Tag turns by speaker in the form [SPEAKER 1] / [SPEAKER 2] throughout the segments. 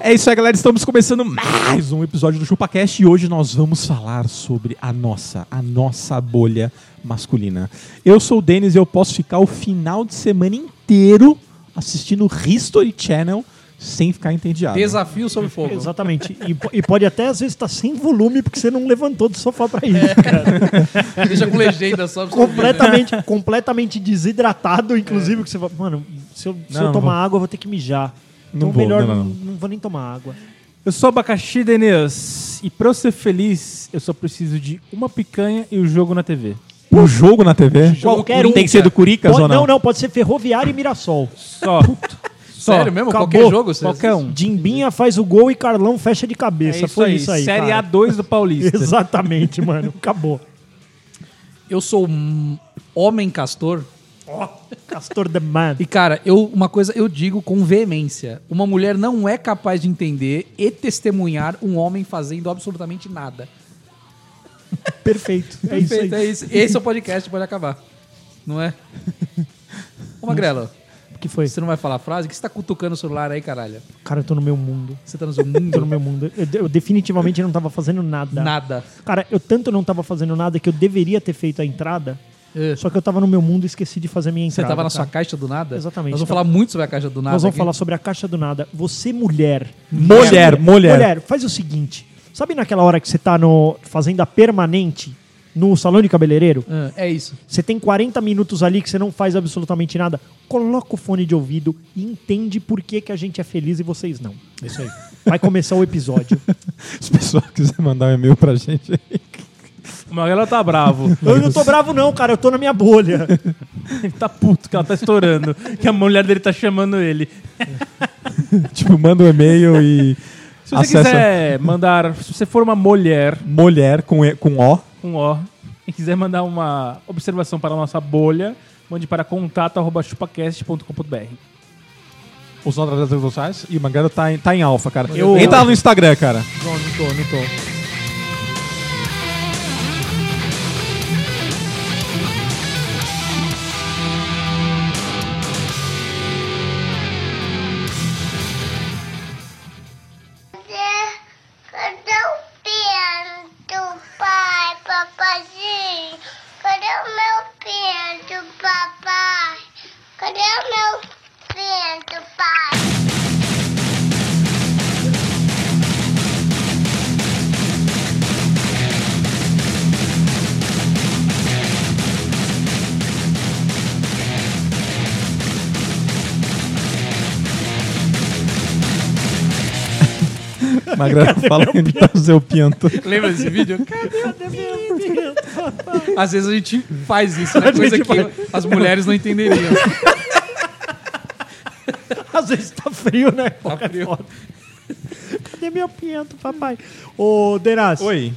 [SPEAKER 1] É isso aí, galera. Estamos começando mais um episódio do ChupaCast e hoje nós vamos falar sobre a nossa, a nossa bolha masculina. Eu sou o Denis e eu posso ficar o final de semana inteiro assistindo o History Channel sem ficar entediado.
[SPEAKER 2] Desafio sobre fogo.
[SPEAKER 3] Exatamente. E, po- e pode até às vezes estar sem volume porque você não levantou do sofá pra ir. cara.
[SPEAKER 2] Deixa com legenda só. pra você ouvir, né?
[SPEAKER 3] completamente, completamente desidratado, inclusive, que você fala, mano, se eu, se
[SPEAKER 1] Não,
[SPEAKER 3] eu
[SPEAKER 1] não
[SPEAKER 3] tomar
[SPEAKER 1] vou.
[SPEAKER 3] água, eu vou ter que mijar.
[SPEAKER 1] Não
[SPEAKER 3] então
[SPEAKER 1] vou,
[SPEAKER 3] melhor
[SPEAKER 1] não,
[SPEAKER 3] não,
[SPEAKER 1] não,
[SPEAKER 3] não vou nem tomar água.
[SPEAKER 4] Eu sou abacaxi, Denis. E pra eu ser feliz, eu só preciso de uma picanha e o jogo na TV.
[SPEAKER 1] O jogo na TV
[SPEAKER 3] Qualquer um.
[SPEAKER 1] tem que ser do Curicas
[SPEAKER 3] Pode-
[SPEAKER 1] ou
[SPEAKER 3] não,
[SPEAKER 1] não?
[SPEAKER 3] não, pode ser ferroviário e Mirassol.
[SPEAKER 4] Só. Só.
[SPEAKER 2] Sério mesmo?
[SPEAKER 4] Acabou.
[SPEAKER 2] Qualquer jogo, você-
[SPEAKER 4] Qualquer um.
[SPEAKER 3] Dimbinha faz o gol e Carlão fecha de
[SPEAKER 1] É
[SPEAKER 3] cabeça. Foi isso aí.
[SPEAKER 4] É Série
[SPEAKER 3] cara.
[SPEAKER 4] A2 do Paulista.
[SPEAKER 3] Exatamente, mano. Acabou.
[SPEAKER 2] Eu sou um homem castor.
[SPEAKER 3] Castor the Man.
[SPEAKER 2] E, cara, eu, uma coisa eu digo com veemência: uma mulher não é capaz de entender e testemunhar um homem fazendo absolutamente nada.
[SPEAKER 3] Perfeito. É isso aí.
[SPEAKER 2] Perfeito, é isso. Esse é o podcast, pode acabar. Não é? Ô, Magrelo,
[SPEAKER 3] O que foi?
[SPEAKER 2] você não vai falar a frase? O que você tá cutucando o celular aí, caralho?
[SPEAKER 3] Cara, eu tô no meu mundo.
[SPEAKER 2] Você tá no seu
[SPEAKER 3] Tô no
[SPEAKER 2] mundo?
[SPEAKER 3] meu tá. mundo. Eu, eu definitivamente não tava fazendo nada.
[SPEAKER 2] Nada.
[SPEAKER 3] Cara, eu tanto não tava fazendo nada que eu deveria ter feito a entrada,
[SPEAKER 2] É.
[SPEAKER 3] só que eu tava no meu mundo e esqueci de fazer a minha
[SPEAKER 2] Você
[SPEAKER 3] entrada.
[SPEAKER 2] tava na
[SPEAKER 3] cara.
[SPEAKER 2] sua caixa do nada?
[SPEAKER 3] tá. Exatamente.
[SPEAKER 2] Nós vamos
[SPEAKER 3] Então-
[SPEAKER 2] falar muito sobre a caixa do nada.
[SPEAKER 3] Nós vamos
[SPEAKER 2] aqui.
[SPEAKER 3] falar sobre a caixa do nada. Você, mulher.
[SPEAKER 1] Mulher, mulher.
[SPEAKER 3] Mulher, faz o seguinte. Sabe naquela hora que você tá no, fazendo a permanente no salão de cabeleireiro?
[SPEAKER 2] Ah, É isso.
[SPEAKER 3] Você tem 40 minutos ali que você não faz absolutamente nada. Coloca o fone de ouvido e entende por que, que a gente é feliz e vocês não. É Isso aí. Vai começar o episódio.
[SPEAKER 1] Se o pessoal quiser mandar um e-mail pra gente aí.
[SPEAKER 4] O Magrela tá bravo.
[SPEAKER 3] Eu não tô bravo, não, cara. Eu tô na minha bolha.
[SPEAKER 4] ele tá puto, que ela tá estourando. que a mulher dele tá chamando ele.
[SPEAKER 1] Tipo, manda um e-mail e.
[SPEAKER 4] Se você
[SPEAKER 1] acessa
[SPEAKER 4] quiser mandar... É, Se você for uma mulher,
[SPEAKER 1] mulher com, e- com O.
[SPEAKER 4] com O, e quiser mandar uma observação para a nossa bolha, mande para contato.chupacast.com.br.
[SPEAKER 1] Os outros redes sociais e o Magrelo tá em, tá em alfa, cara.
[SPEAKER 3] Eu-
[SPEAKER 1] Entra lá no Instagram, cara.
[SPEAKER 2] Não, não tô, não tô.
[SPEAKER 5] fazer cadê o piano do pai, papazinho? Cadê o meu piano do papai? Cadê o meu piano do pai?
[SPEAKER 1] Magrelo fala que ele tá no seu pinto.
[SPEAKER 2] Lembra desse vídeo? Às vezes a gente faz isso, né? Coisa que as mulheres não entenderiam.
[SPEAKER 3] Às vezes tá frio, né?
[SPEAKER 2] Tá frio.
[SPEAKER 3] Cadê meu pinto, papai? Ô, Deraz,
[SPEAKER 1] Oi.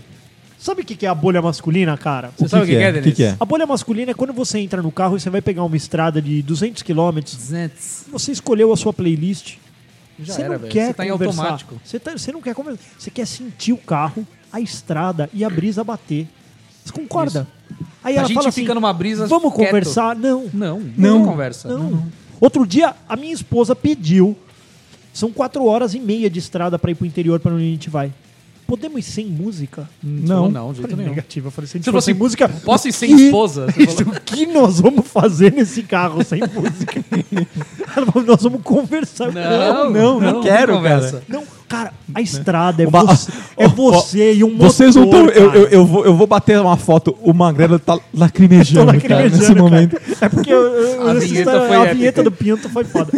[SPEAKER 3] sabe o que que é a bolha masculina, cara?
[SPEAKER 2] Você sabe o que, é,
[SPEAKER 1] O que,
[SPEAKER 2] Denis?
[SPEAKER 1] que é?
[SPEAKER 3] A bolha masculina é quando você entra no carro e você vai pegar uma estrada de 200 quilômetros.
[SPEAKER 2] Zentes.
[SPEAKER 3] você escolheu a sua playlist,
[SPEAKER 2] Já
[SPEAKER 3] você
[SPEAKER 2] era,
[SPEAKER 3] não
[SPEAKER 2] velho.
[SPEAKER 3] quer
[SPEAKER 2] Você tá em
[SPEAKER 3] conversar.
[SPEAKER 2] automático.
[SPEAKER 3] Você, tá- você não quer conversar. Você quer sentir o carro, a estrada e a brisa bater. Você concorda? Aí
[SPEAKER 2] A
[SPEAKER 3] ela
[SPEAKER 2] gente
[SPEAKER 3] fala
[SPEAKER 2] fica
[SPEAKER 3] assim,
[SPEAKER 2] numa brisa
[SPEAKER 3] Vamos
[SPEAKER 2] quieto."
[SPEAKER 3] conversar? Não.
[SPEAKER 2] Não, não,
[SPEAKER 1] Não.
[SPEAKER 2] conversa.
[SPEAKER 3] Não. Outro dia, a minha esposa pediu. São quatro horas e meia de estrada pra ir pro interior pra onde a gente vai. Podemos ir sem música?
[SPEAKER 2] Não, não, de jeito nenhum.
[SPEAKER 3] Negativa. Eu falei, se a gente
[SPEAKER 2] Você
[SPEAKER 3] for
[SPEAKER 2] falou
[SPEAKER 3] sem
[SPEAKER 2] assim,
[SPEAKER 3] música.
[SPEAKER 2] posso ir sem
[SPEAKER 3] o que-
[SPEAKER 2] esposa? Você
[SPEAKER 3] Isso, o que nós vamos fazer nesse carro sem música? Ela falou, nós vamos conversar. Eu falei,
[SPEAKER 2] Não,
[SPEAKER 1] não, não quero,
[SPEAKER 2] conversa.
[SPEAKER 3] Não, Cara, a estrada é,
[SPEAKER 1] Uma-
[SPEAKER 3] você, é
[SPEAKER 1] ó,
[SPEAKER 3] você e um motor,
[SPEAKER 1] Vocês não estão. Eu,
[SPEAKER 3] cara.
[SPEAKER 1] eu, eu, vou, eu vou bater uma foto. O Magrelo tá
[SPEAKER 3] Tô
[SPEAKER 1] lacrimejando, cara,
[SPEAKER 3] lacrimejando,
[SPEAKER 1] nesse
[SPEAKER 3] cara.
[SPEAKER 1] momento.
[SPEAKER 3] É porque eu- eu-
[SPEAKER 2] A
[SPEAKER 3] essa
[SPEAKER 2] vinheta
[SPEAKER 3] história-
[SPEAKER 2] foi
[SPEAKER 3] a
[SPEAKER 2] épica.
[SPEAKER 3] vinheta do Pinto foi foda.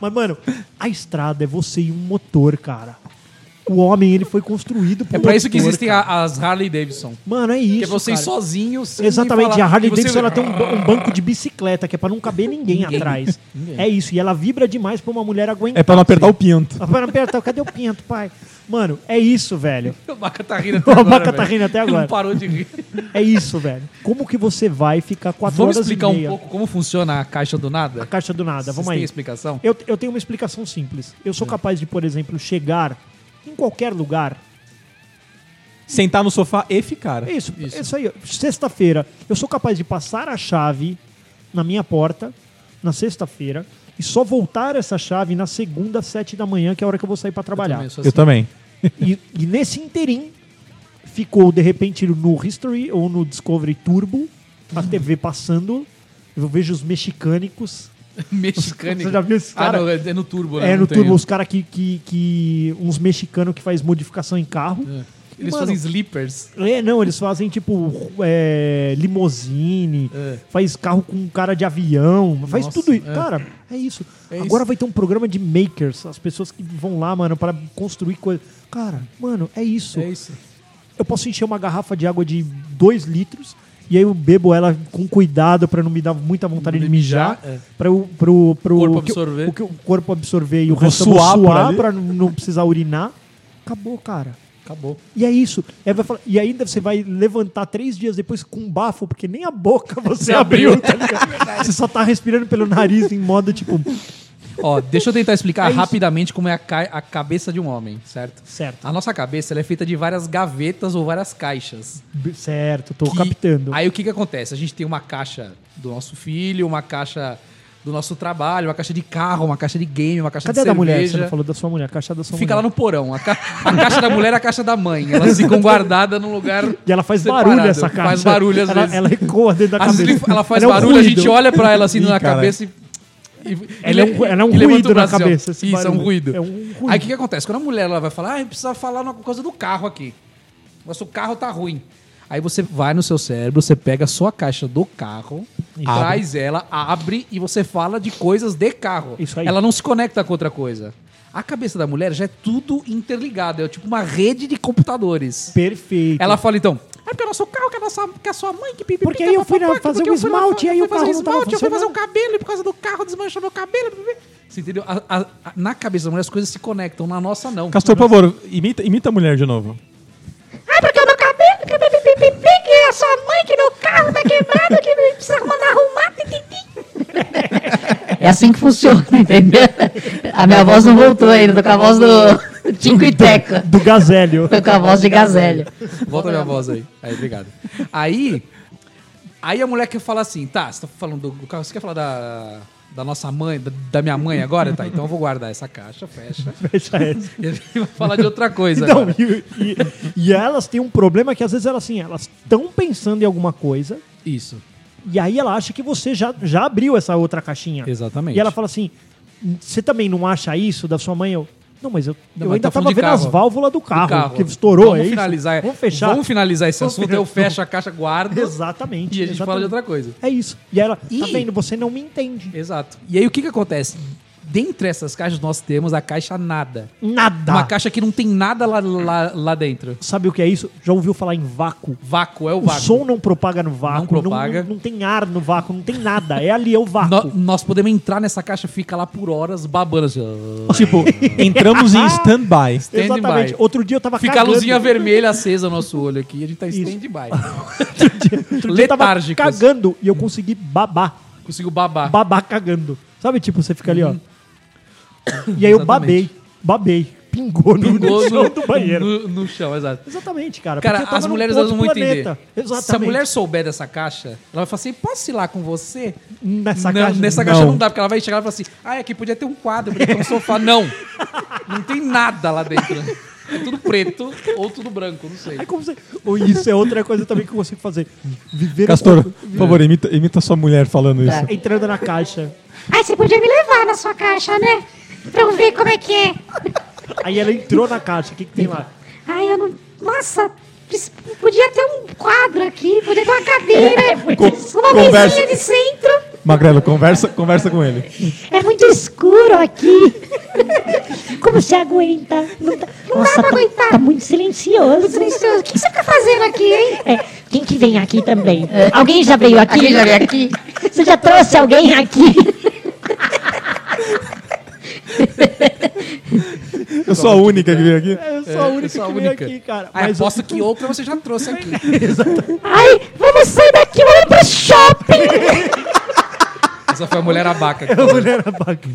[SPEAKER 3] Mas, mano, a estrada é você e um motor, cara. O homem, ele foi construído por
[SPEAKER 2] É
[SPEAKER 3] um
[SPEAKER 2] pra isso que
[SPEAKER 3] motor,
[SPEAKER 2] existem
[SPEAKER 3] cara.
[SPEAKER 2] a- as Harley Davidson.
[SPEAKER 3] Mano, é isso,
[SPEAKER 2] Que é vocês
[SPEAKER 3] cara.
[SPEAKER 2] sozinhos. sem
[SPEAKER 3] Exatamente,
[SPEAKER 2] falar-
[SPEAKER 3] a Harley
[SPEAKER 2] e você-
[SPEAKER 3] Davidson ela tem um, ba- um banco de bicicleta que é pra não caber ninguém, atrás. É isso, e ela vibra demais pra uma mulher aguentar.
[SPEAKER 1] É pra não apertar o
[SPEAKER 3] assim.
[SPEAKER 1] pinto.
[SPEAKER 3] É pra não apertar, cadê o pinto, pai? Mano, é isso, velho.
[SPEAKER 2] O Baca tá rindo até
[SPEAKER 3] O
[SPEAKER 2] agora.
[SPEAKER 3] Baca tá
[SPEAKER 2] velho.
[SPEAKER 3] rindo até
[SPEAKER 2] Ele
[SPEAKER 3] agora.
[SPEAKER 2] Não parou de rir.
[SPEAKER 3] É isso, velho. Como que você vai ficar quatro
[SPEAKER 2] Vamos
[SPEAKER 3] horas
[SPEAKER 2] explicar
[SPEAKER 3] e
[SPEAKER 2] um
[SPEAKER 3] meia?
[SPEAKER 2] pouco como funciona a caixa do nada?
[SPEAKER 3] A caixa do nada, vamos
[SPEAKER 2] Vocês têm
[SPEAKER 3] aí.
[SPEAKER 2] explicação?
[SPEAKER 3] Eu, eu tenho uma explicação simples. Eu
[SPEAKER 2] É.
[SPEAKER 3] sou capaz de, por exemplo, chegar em qualquer lugar.
[SPEAKER 1] Sentar no sofá e ficar.
[SPEAKER 3] É isso,
[SPEAKER 2] Isso.
[SPEAKER 3] é isso aí. Sexta-feira, eu sou capaz de passar a chave na minha porta na sexta-feira e só voltar essa chave na segunda, às sete da manhã, que é a hora que eu vou sair pra trabalhar.
[SPEAKER 2] Também sou
[SPEAKER 1] Eu
[SPEAKER 2] assim.
[SPEAKER 1] também.
[SPEAKER 3] E, e nesse interim, ficou de repente no History ou no Discovery Turbo, a
[SPEAKER 2] Uhum.
[SPEAKER 3] TV passando. Eu vejo os mexicânicos.
[SPEAKER 2] Mexicano.
[SPEAKER 3] Você já viu esse
[SPEAKER 2] Ah,
[SPEAKER 3] cara?
[SPEAKER 2] não, é é no Turbo, né?
[SPEAKER 3] É,
[SPEAKER 2] Não
[SPEAKER 3] no
[SPEAKER 2] tem.
[SPEAKER 3] Turbo, os caras que, que, que. uns mexicanos que faz modificação em carro. E,
[SPEAKER 2] É, Eles
[SPEAKER 3] mano,
[SPEAKER 2] fazem sleepers.
[SPEAKER 3] É, não, eles fazem tipo é, limousine,
[SPEAKER 2] É.
[SPEAKER 3] faz carro com cara de avião, faz
[SPEAKER 2] Nossa,
[SPEAKER 3] tudo isso.
[SPEAKER 2] é.
[SPEAKER 3] Cara, é isso.
[SPEAKER 2] É
[SPEAKER 3] Agora
[SPEAKER 2] isso.
[SPEAKER 3] vai ter um programa de makers, as pessoas que vão lá, mano, pra construir coisa. Cara, mano, é isso.
[SPEAKER 2] É isso.
[SPEAKER 3] Eu posso encher uma garrafa de água de 2 litros e aí eu bebo ela com cuidado pra não me dar muita vontade de mijar,
[SPEAKER 2] Mijar, é.
[SPEAKER 3] para o pro, pro,
[SPEAKER 2] Corpo
[SPEAKER 3] que eu-
[SPEAKER 2] absorver.
[SPEAKER 3] o que o corpo absorver e o
[SPEAKER 1] Vou
[SPEAKER 3] resto eu vou
[SPEAKER 1] suar por
[SPEAKER 3] suar
[SPEAKER 1] ali.
[SPEAKER 3] para não precisar urinar. Acabou, cara.
[SPEAKER 2] Acabou.
[SPEAKER 3] E é isso. Aí vai falar- e ainda você vai levantar três dias depois com um bafo, porque nem a boca você abriu, tá ligado? Você só tá respirando pelo nariz em modo tipo.
[SPEAKER 2] Ó, deixa eu tentar explicar
[SPEAKER 3] É isso.
[SPEAKER 2] rapidamente como é a, ca- a cabeça de um homem, certo?
[SPEAKER 3] Certo.
[SPEAKER 2] A nossa cabeça ela é feita de várias gavetas ou várias caixas.
[SPEAKER 3] b- Certo, tô
[SPEAKER 2] que-
[SPEAKER 3] captando.
[SPEAKER 2] Aí o que que acontece? A gente tem uma caixa do nosso filho, uma caixa do nosso trabalho, uma caixa de carro, uma caixa de game, uma caixa
[SPEAKER 3] Cadê a
[SPEAKER 2] de
[SPEAKER 3] da
[SPEAKER 2] cerveja.
[SPEAKER 3] mulher? Você não falou da sua mulher, a caixa da sua
[SPEAKER 2] Fica lá
[SPEAKER 3] mulher.
[SPEAKER 2] no porão. A, ca- a caixa da mulher é a caixa da mãe. Elas ficam guardadas num lugar.
[SPEAKER 3] E ela faz
[SPEAKER 2] separado.
[SPEAKER 3] barulho essa caixa.
[SPEAKER 2] Faz barulho às
[SPEAKER 3] ela,
[SPEAKER 2] vezes.
[SPEAKER 3] Ela ecoa dentro da
[SPEAKER 2] Às
[SPEAKER 3] cabeça.
[SPEAKER 2] vezes ela faz
[SPEAKER 3] é um
[SPEAKER 2] barulho, a gente
[SPEAKER 3] ruído.
[SPEAKER 2] olha pra ela assim na
[SPEAKER 1] cara.
[SPEAKER 2] cabeça e. e-
[SPEAKER 3] Ela é um- ela é um
[SPEAKER 2] e levanta
[SPEAKER 3] ruído
[SPEAKER 2] o braço
[SPEAKER 3] na
[SPEAKER 2] assim, ó.
[SPEAKER 3] cabeça, esse
[SPEAKER 2] Isso, é um
[SPEAKER 3] barulho.
[SPEAKER 2] ruído.
[SPEAKER 3] É um ruído.
[SPEAKER 2] Aí o que, que acontece? Quando a mulher ela vai falar, ah, precisa falar uma coisa do carro aqui. Nosso carro tá ruim. Aí você vai no seu cérebro, você pega a sua caixa do carro, traz ela, abre e você fala de coisas de carro.
[SPEAKER 3] Isso aí.
[SPEAKER 2] Ela não se conecta com outra coisa. A cabeça da mulher já é tudo interligado, é tipo uma rede de computadores.
[SPEAKER 3] Perfeito.
[SPEAKER 2] Ela fala então, é porque é nosso carro, que é, nossa, que é sua mãe, que é pipi,
[SPEAKER 3] Porque aí eu fui na- fazer um esmalte, assim, né? aí o carro não tava
[SPEAKER 2] Eu fui fazer um
[SPEAKER 3] funcionando.
[SPEAKER 2] cabelo e por causa do carro desmanchou meu cabelo. pipi. Você entendeu? A- a- a- na cabeça da mulher as coisas se conectam, na nossa não.
[SPEAKER 1] Castor, por favor, imita, imita a mulher de novo.
[SPEAKER 6] Ai, porque meu cabelo, que meu pipipi, que é sua mãe, que meu carro tá quebrado, que me precisa mandar arrumar, tititi. É assim que funciona, entendeu? A minha voz não voltou ainda, tô com a voz do Tico e Teca.
[SPEAKER 3] Do gazélio.
[SPEAKER 6] Tô com a voz de Gazelha.
[SPEAKER 2] Volta minha voz aí. Aí, obrigado. Aí, aí a mulher quer falar assim, tá, você tá falando do carro, você quer falar da, da nossa mãe, da, da minha mãe agora? Tá, então eu vou guardar essa caixa, fecha.
[SPEAKER 3] Fecha essa.
[SPEAKER 2] E a gente vai falar de outra coisa
[SPEAKER 3] Então,
[SPEAKER 2] agora.
[SPEAKER 3] e, e- e elas têm um problema que às vezes elas assim, elas estão pensando em alguma coisa
[SPEAKER 2] Isso.
[SPEAKER 3] e aí ela acha que você já, já abriu essa outra caixinha.
[SPEAKER 2] Exatamente.
[SPEAKER 3] E ela fala assim: você também não acha isso da sua mãe? Eu, não, mas eu,
[SPEAKER 2] Não,
[SPEAKER 3] eu
[SPEAKER 2] mas
[SPEAKER 3] ainda
[SPEAKER 2] tá falando
[SPEAKER 3] tava
[SPEAKER 2] de
[SPEAKER 3] vendo
[SPEAKER 2] carro.
[SPEAKER 3] as válvulas do carro,
[SPEAKER 2] Do carro.
[SPEAKER 3] Ah, que estourou.
[SPEAKER 2] vamos
[SPEAKER 3] é isso?
[SPEAKER 2] finalizar,
[SPEAKER 3] Vamos fechar.
[SPEAKER 2] Vamos finalizar esse
[SPEAKER 3] Vamos
[SPEAKER 2] assunto,
[SPEAKER 3] fechar.
[SPEAKER 2] eu fecho a caixa, guardo
[SPEAKER 3] Exatamente.
[SPEAKER 2] e a gente
[SPEAKER 3] exatamente.
[SPEAKER 2] fala de outra coisa.
[SPEAKER 3] É isso. E aí ela, tá
[SPEAKER 2] Ih.
[SPEAKER 3] vendo? Você não me entende.
[SPEAKER 2] Exato. E aí o que que acontece? Dentre essas caixas nós temos a caixa nada.
[SPEAKER 3] Nada.
[SPEAKER 2] Uma caixa que não tem nada lá, lá, lá dentro.
[SPEAKER 3] Sabe o que é isso? Já ouviu falar em vácuo?
[SPEAKER 2] Vácuo, é o
[SPEAKER 3] O
[SPEAKER 2] vácuo.
[SPEAKER 3] som não propaga no vácuo.
[SPEAKER 2] propaga.
[SPEAKER 3] Não, não tem ar no vácuo, não tem nada. É ali, é o vácuo.
[SPEAKER 2] No- nós podemos entrar nessa caixa, fica lá por horas babando. Assim, ó.
[SPEAKER 1] Tipo, entramos em stand-by.
[SPEAKER 2] Stand
[SPEAKER 3] Exatamente.
[SPEAKER 2] by.
[SPEAKER 3] Outro dia eu tava
[SPEAKER 2] fica
[SPEAKER 3] Tá cagando.
[SPEAKER 2] a luzinha vermelha acesa no nosso olho aqui, a gente tá em stand-by.
[SPEAKER 3] Outro dia eu tava
[SPEAKER 2] Letárgicos.
[SPEAKER 3] cagando e eu consegui babar.
[SPEAKER 2] Consigo babar.
[SPEAKER 3] Babar cagando. Sabe, tipo, você fica ali, ó. E aí eu
[SPEAKER 2] Uhum. Exatamente.
[SPEAKER 3] babei. Babei. Pingou no, no
[SPEAKER 2] Pingou
[SPEAKER 3] chão
[SPEAKER 2] no-
[SPEAKER 3] do banheiro.
[SPEAKER 2] No, no chão, exato.
[SPEAKER 3] Exatamente, cara.
[SPEAKER 2] Cara,
[SPEAKER 3] É porque eu tava
[SPEAKER 2] as
[SPEAKER 3] num
[SPEAKER 2] mulheres elas
[SPEAKER 3] outro
[SPEAKER 2] não vão
[SPEAKER 3] planeta.
[SPEAKER 2] entender.
[SPEAKER 3] Exatamente.
[SPEAKER 2] Se a mulher souber dessa caixa, ela vai falar assim: posso ir lá com você?
[SPEAKER 3] Nessa
[SPEAKER 2] não,
[SPEAKER 3] caixa-
[SPEAKER 2] nessa caixa não.
[SPEAKER 1] não
[SPEAKER 2] dá, porque ela vai chegar e vai falar assim: ah, aqui podia ter um quadro, podia ter um sofá. Não! Não tem nada lá dentro. É tudo preto ou tudo branco, não sei.
[SPEAKER 3] É como você... Ou isso é outra coisa também que eu consigo fazer. Viver um
[SPEAKER 1] Castor,
[SPEAKER 3] pouco- é,
[SPEAKER 1] por favor, imita, imita a sua mulher falando isso.
[SPEAKER 3] Entrando na caixa.
[SPEAKER 6] Ai, você podia me levar na sua caixa, né? Pra eu ver como é que é.
[SPEAKER 3] Aí ela entrou na caixa. O que, que tem lá?
[SPEAKER 7] Ai, eu não. Nossa, pis- podia ter um quadro aqui, podia ter uma cadeira, uma
[SPEAKER 1] conversa.
[SPEAKER 7] mesinha de centro.
[SPEAKER 1] Magrelo, conversa, conversa com ele.
[SPEAKER 7] É muito escuro aqui. Como se aguenta? Não, dá- não dá pra aguentar.
[SPEAKER 6] Tá muito silencioso.
[SPEAKER 7] Silencioso. O que você tá fazendo aqui, hein?
[SPEAKER 6] É, quem que vem aqui também? Alguém já veio aqui?
[SPEAKER 7] Alguém já veio aqui?
[SPEAKER 6] Você já trouxe alguém aqui?
[SPEAKER 1] Eu sou a única que veio aqui.
[SPEAKER 3] É, Eu sou a única
[SPEAKER 2] É, eu sou a
[SPEAKER 3] que veio
[SPEAKER 2] única.
[SPEAKER 3] aqui, cara.
[SPEAKER 2] Aí
[SPEAKER 3] Mas
[SPEAKER 2] aposto que outra você já trouxe aqui.
[SPEAKER 6] Ai, vamos sair daqui, vamos pro shopping!
[SPEAKER 2] Essa foi a mulher abaca. que
[SPEAKER 3] a
[SPEAKER 2] falou.
[SPEAKER 3] mulher era bacana.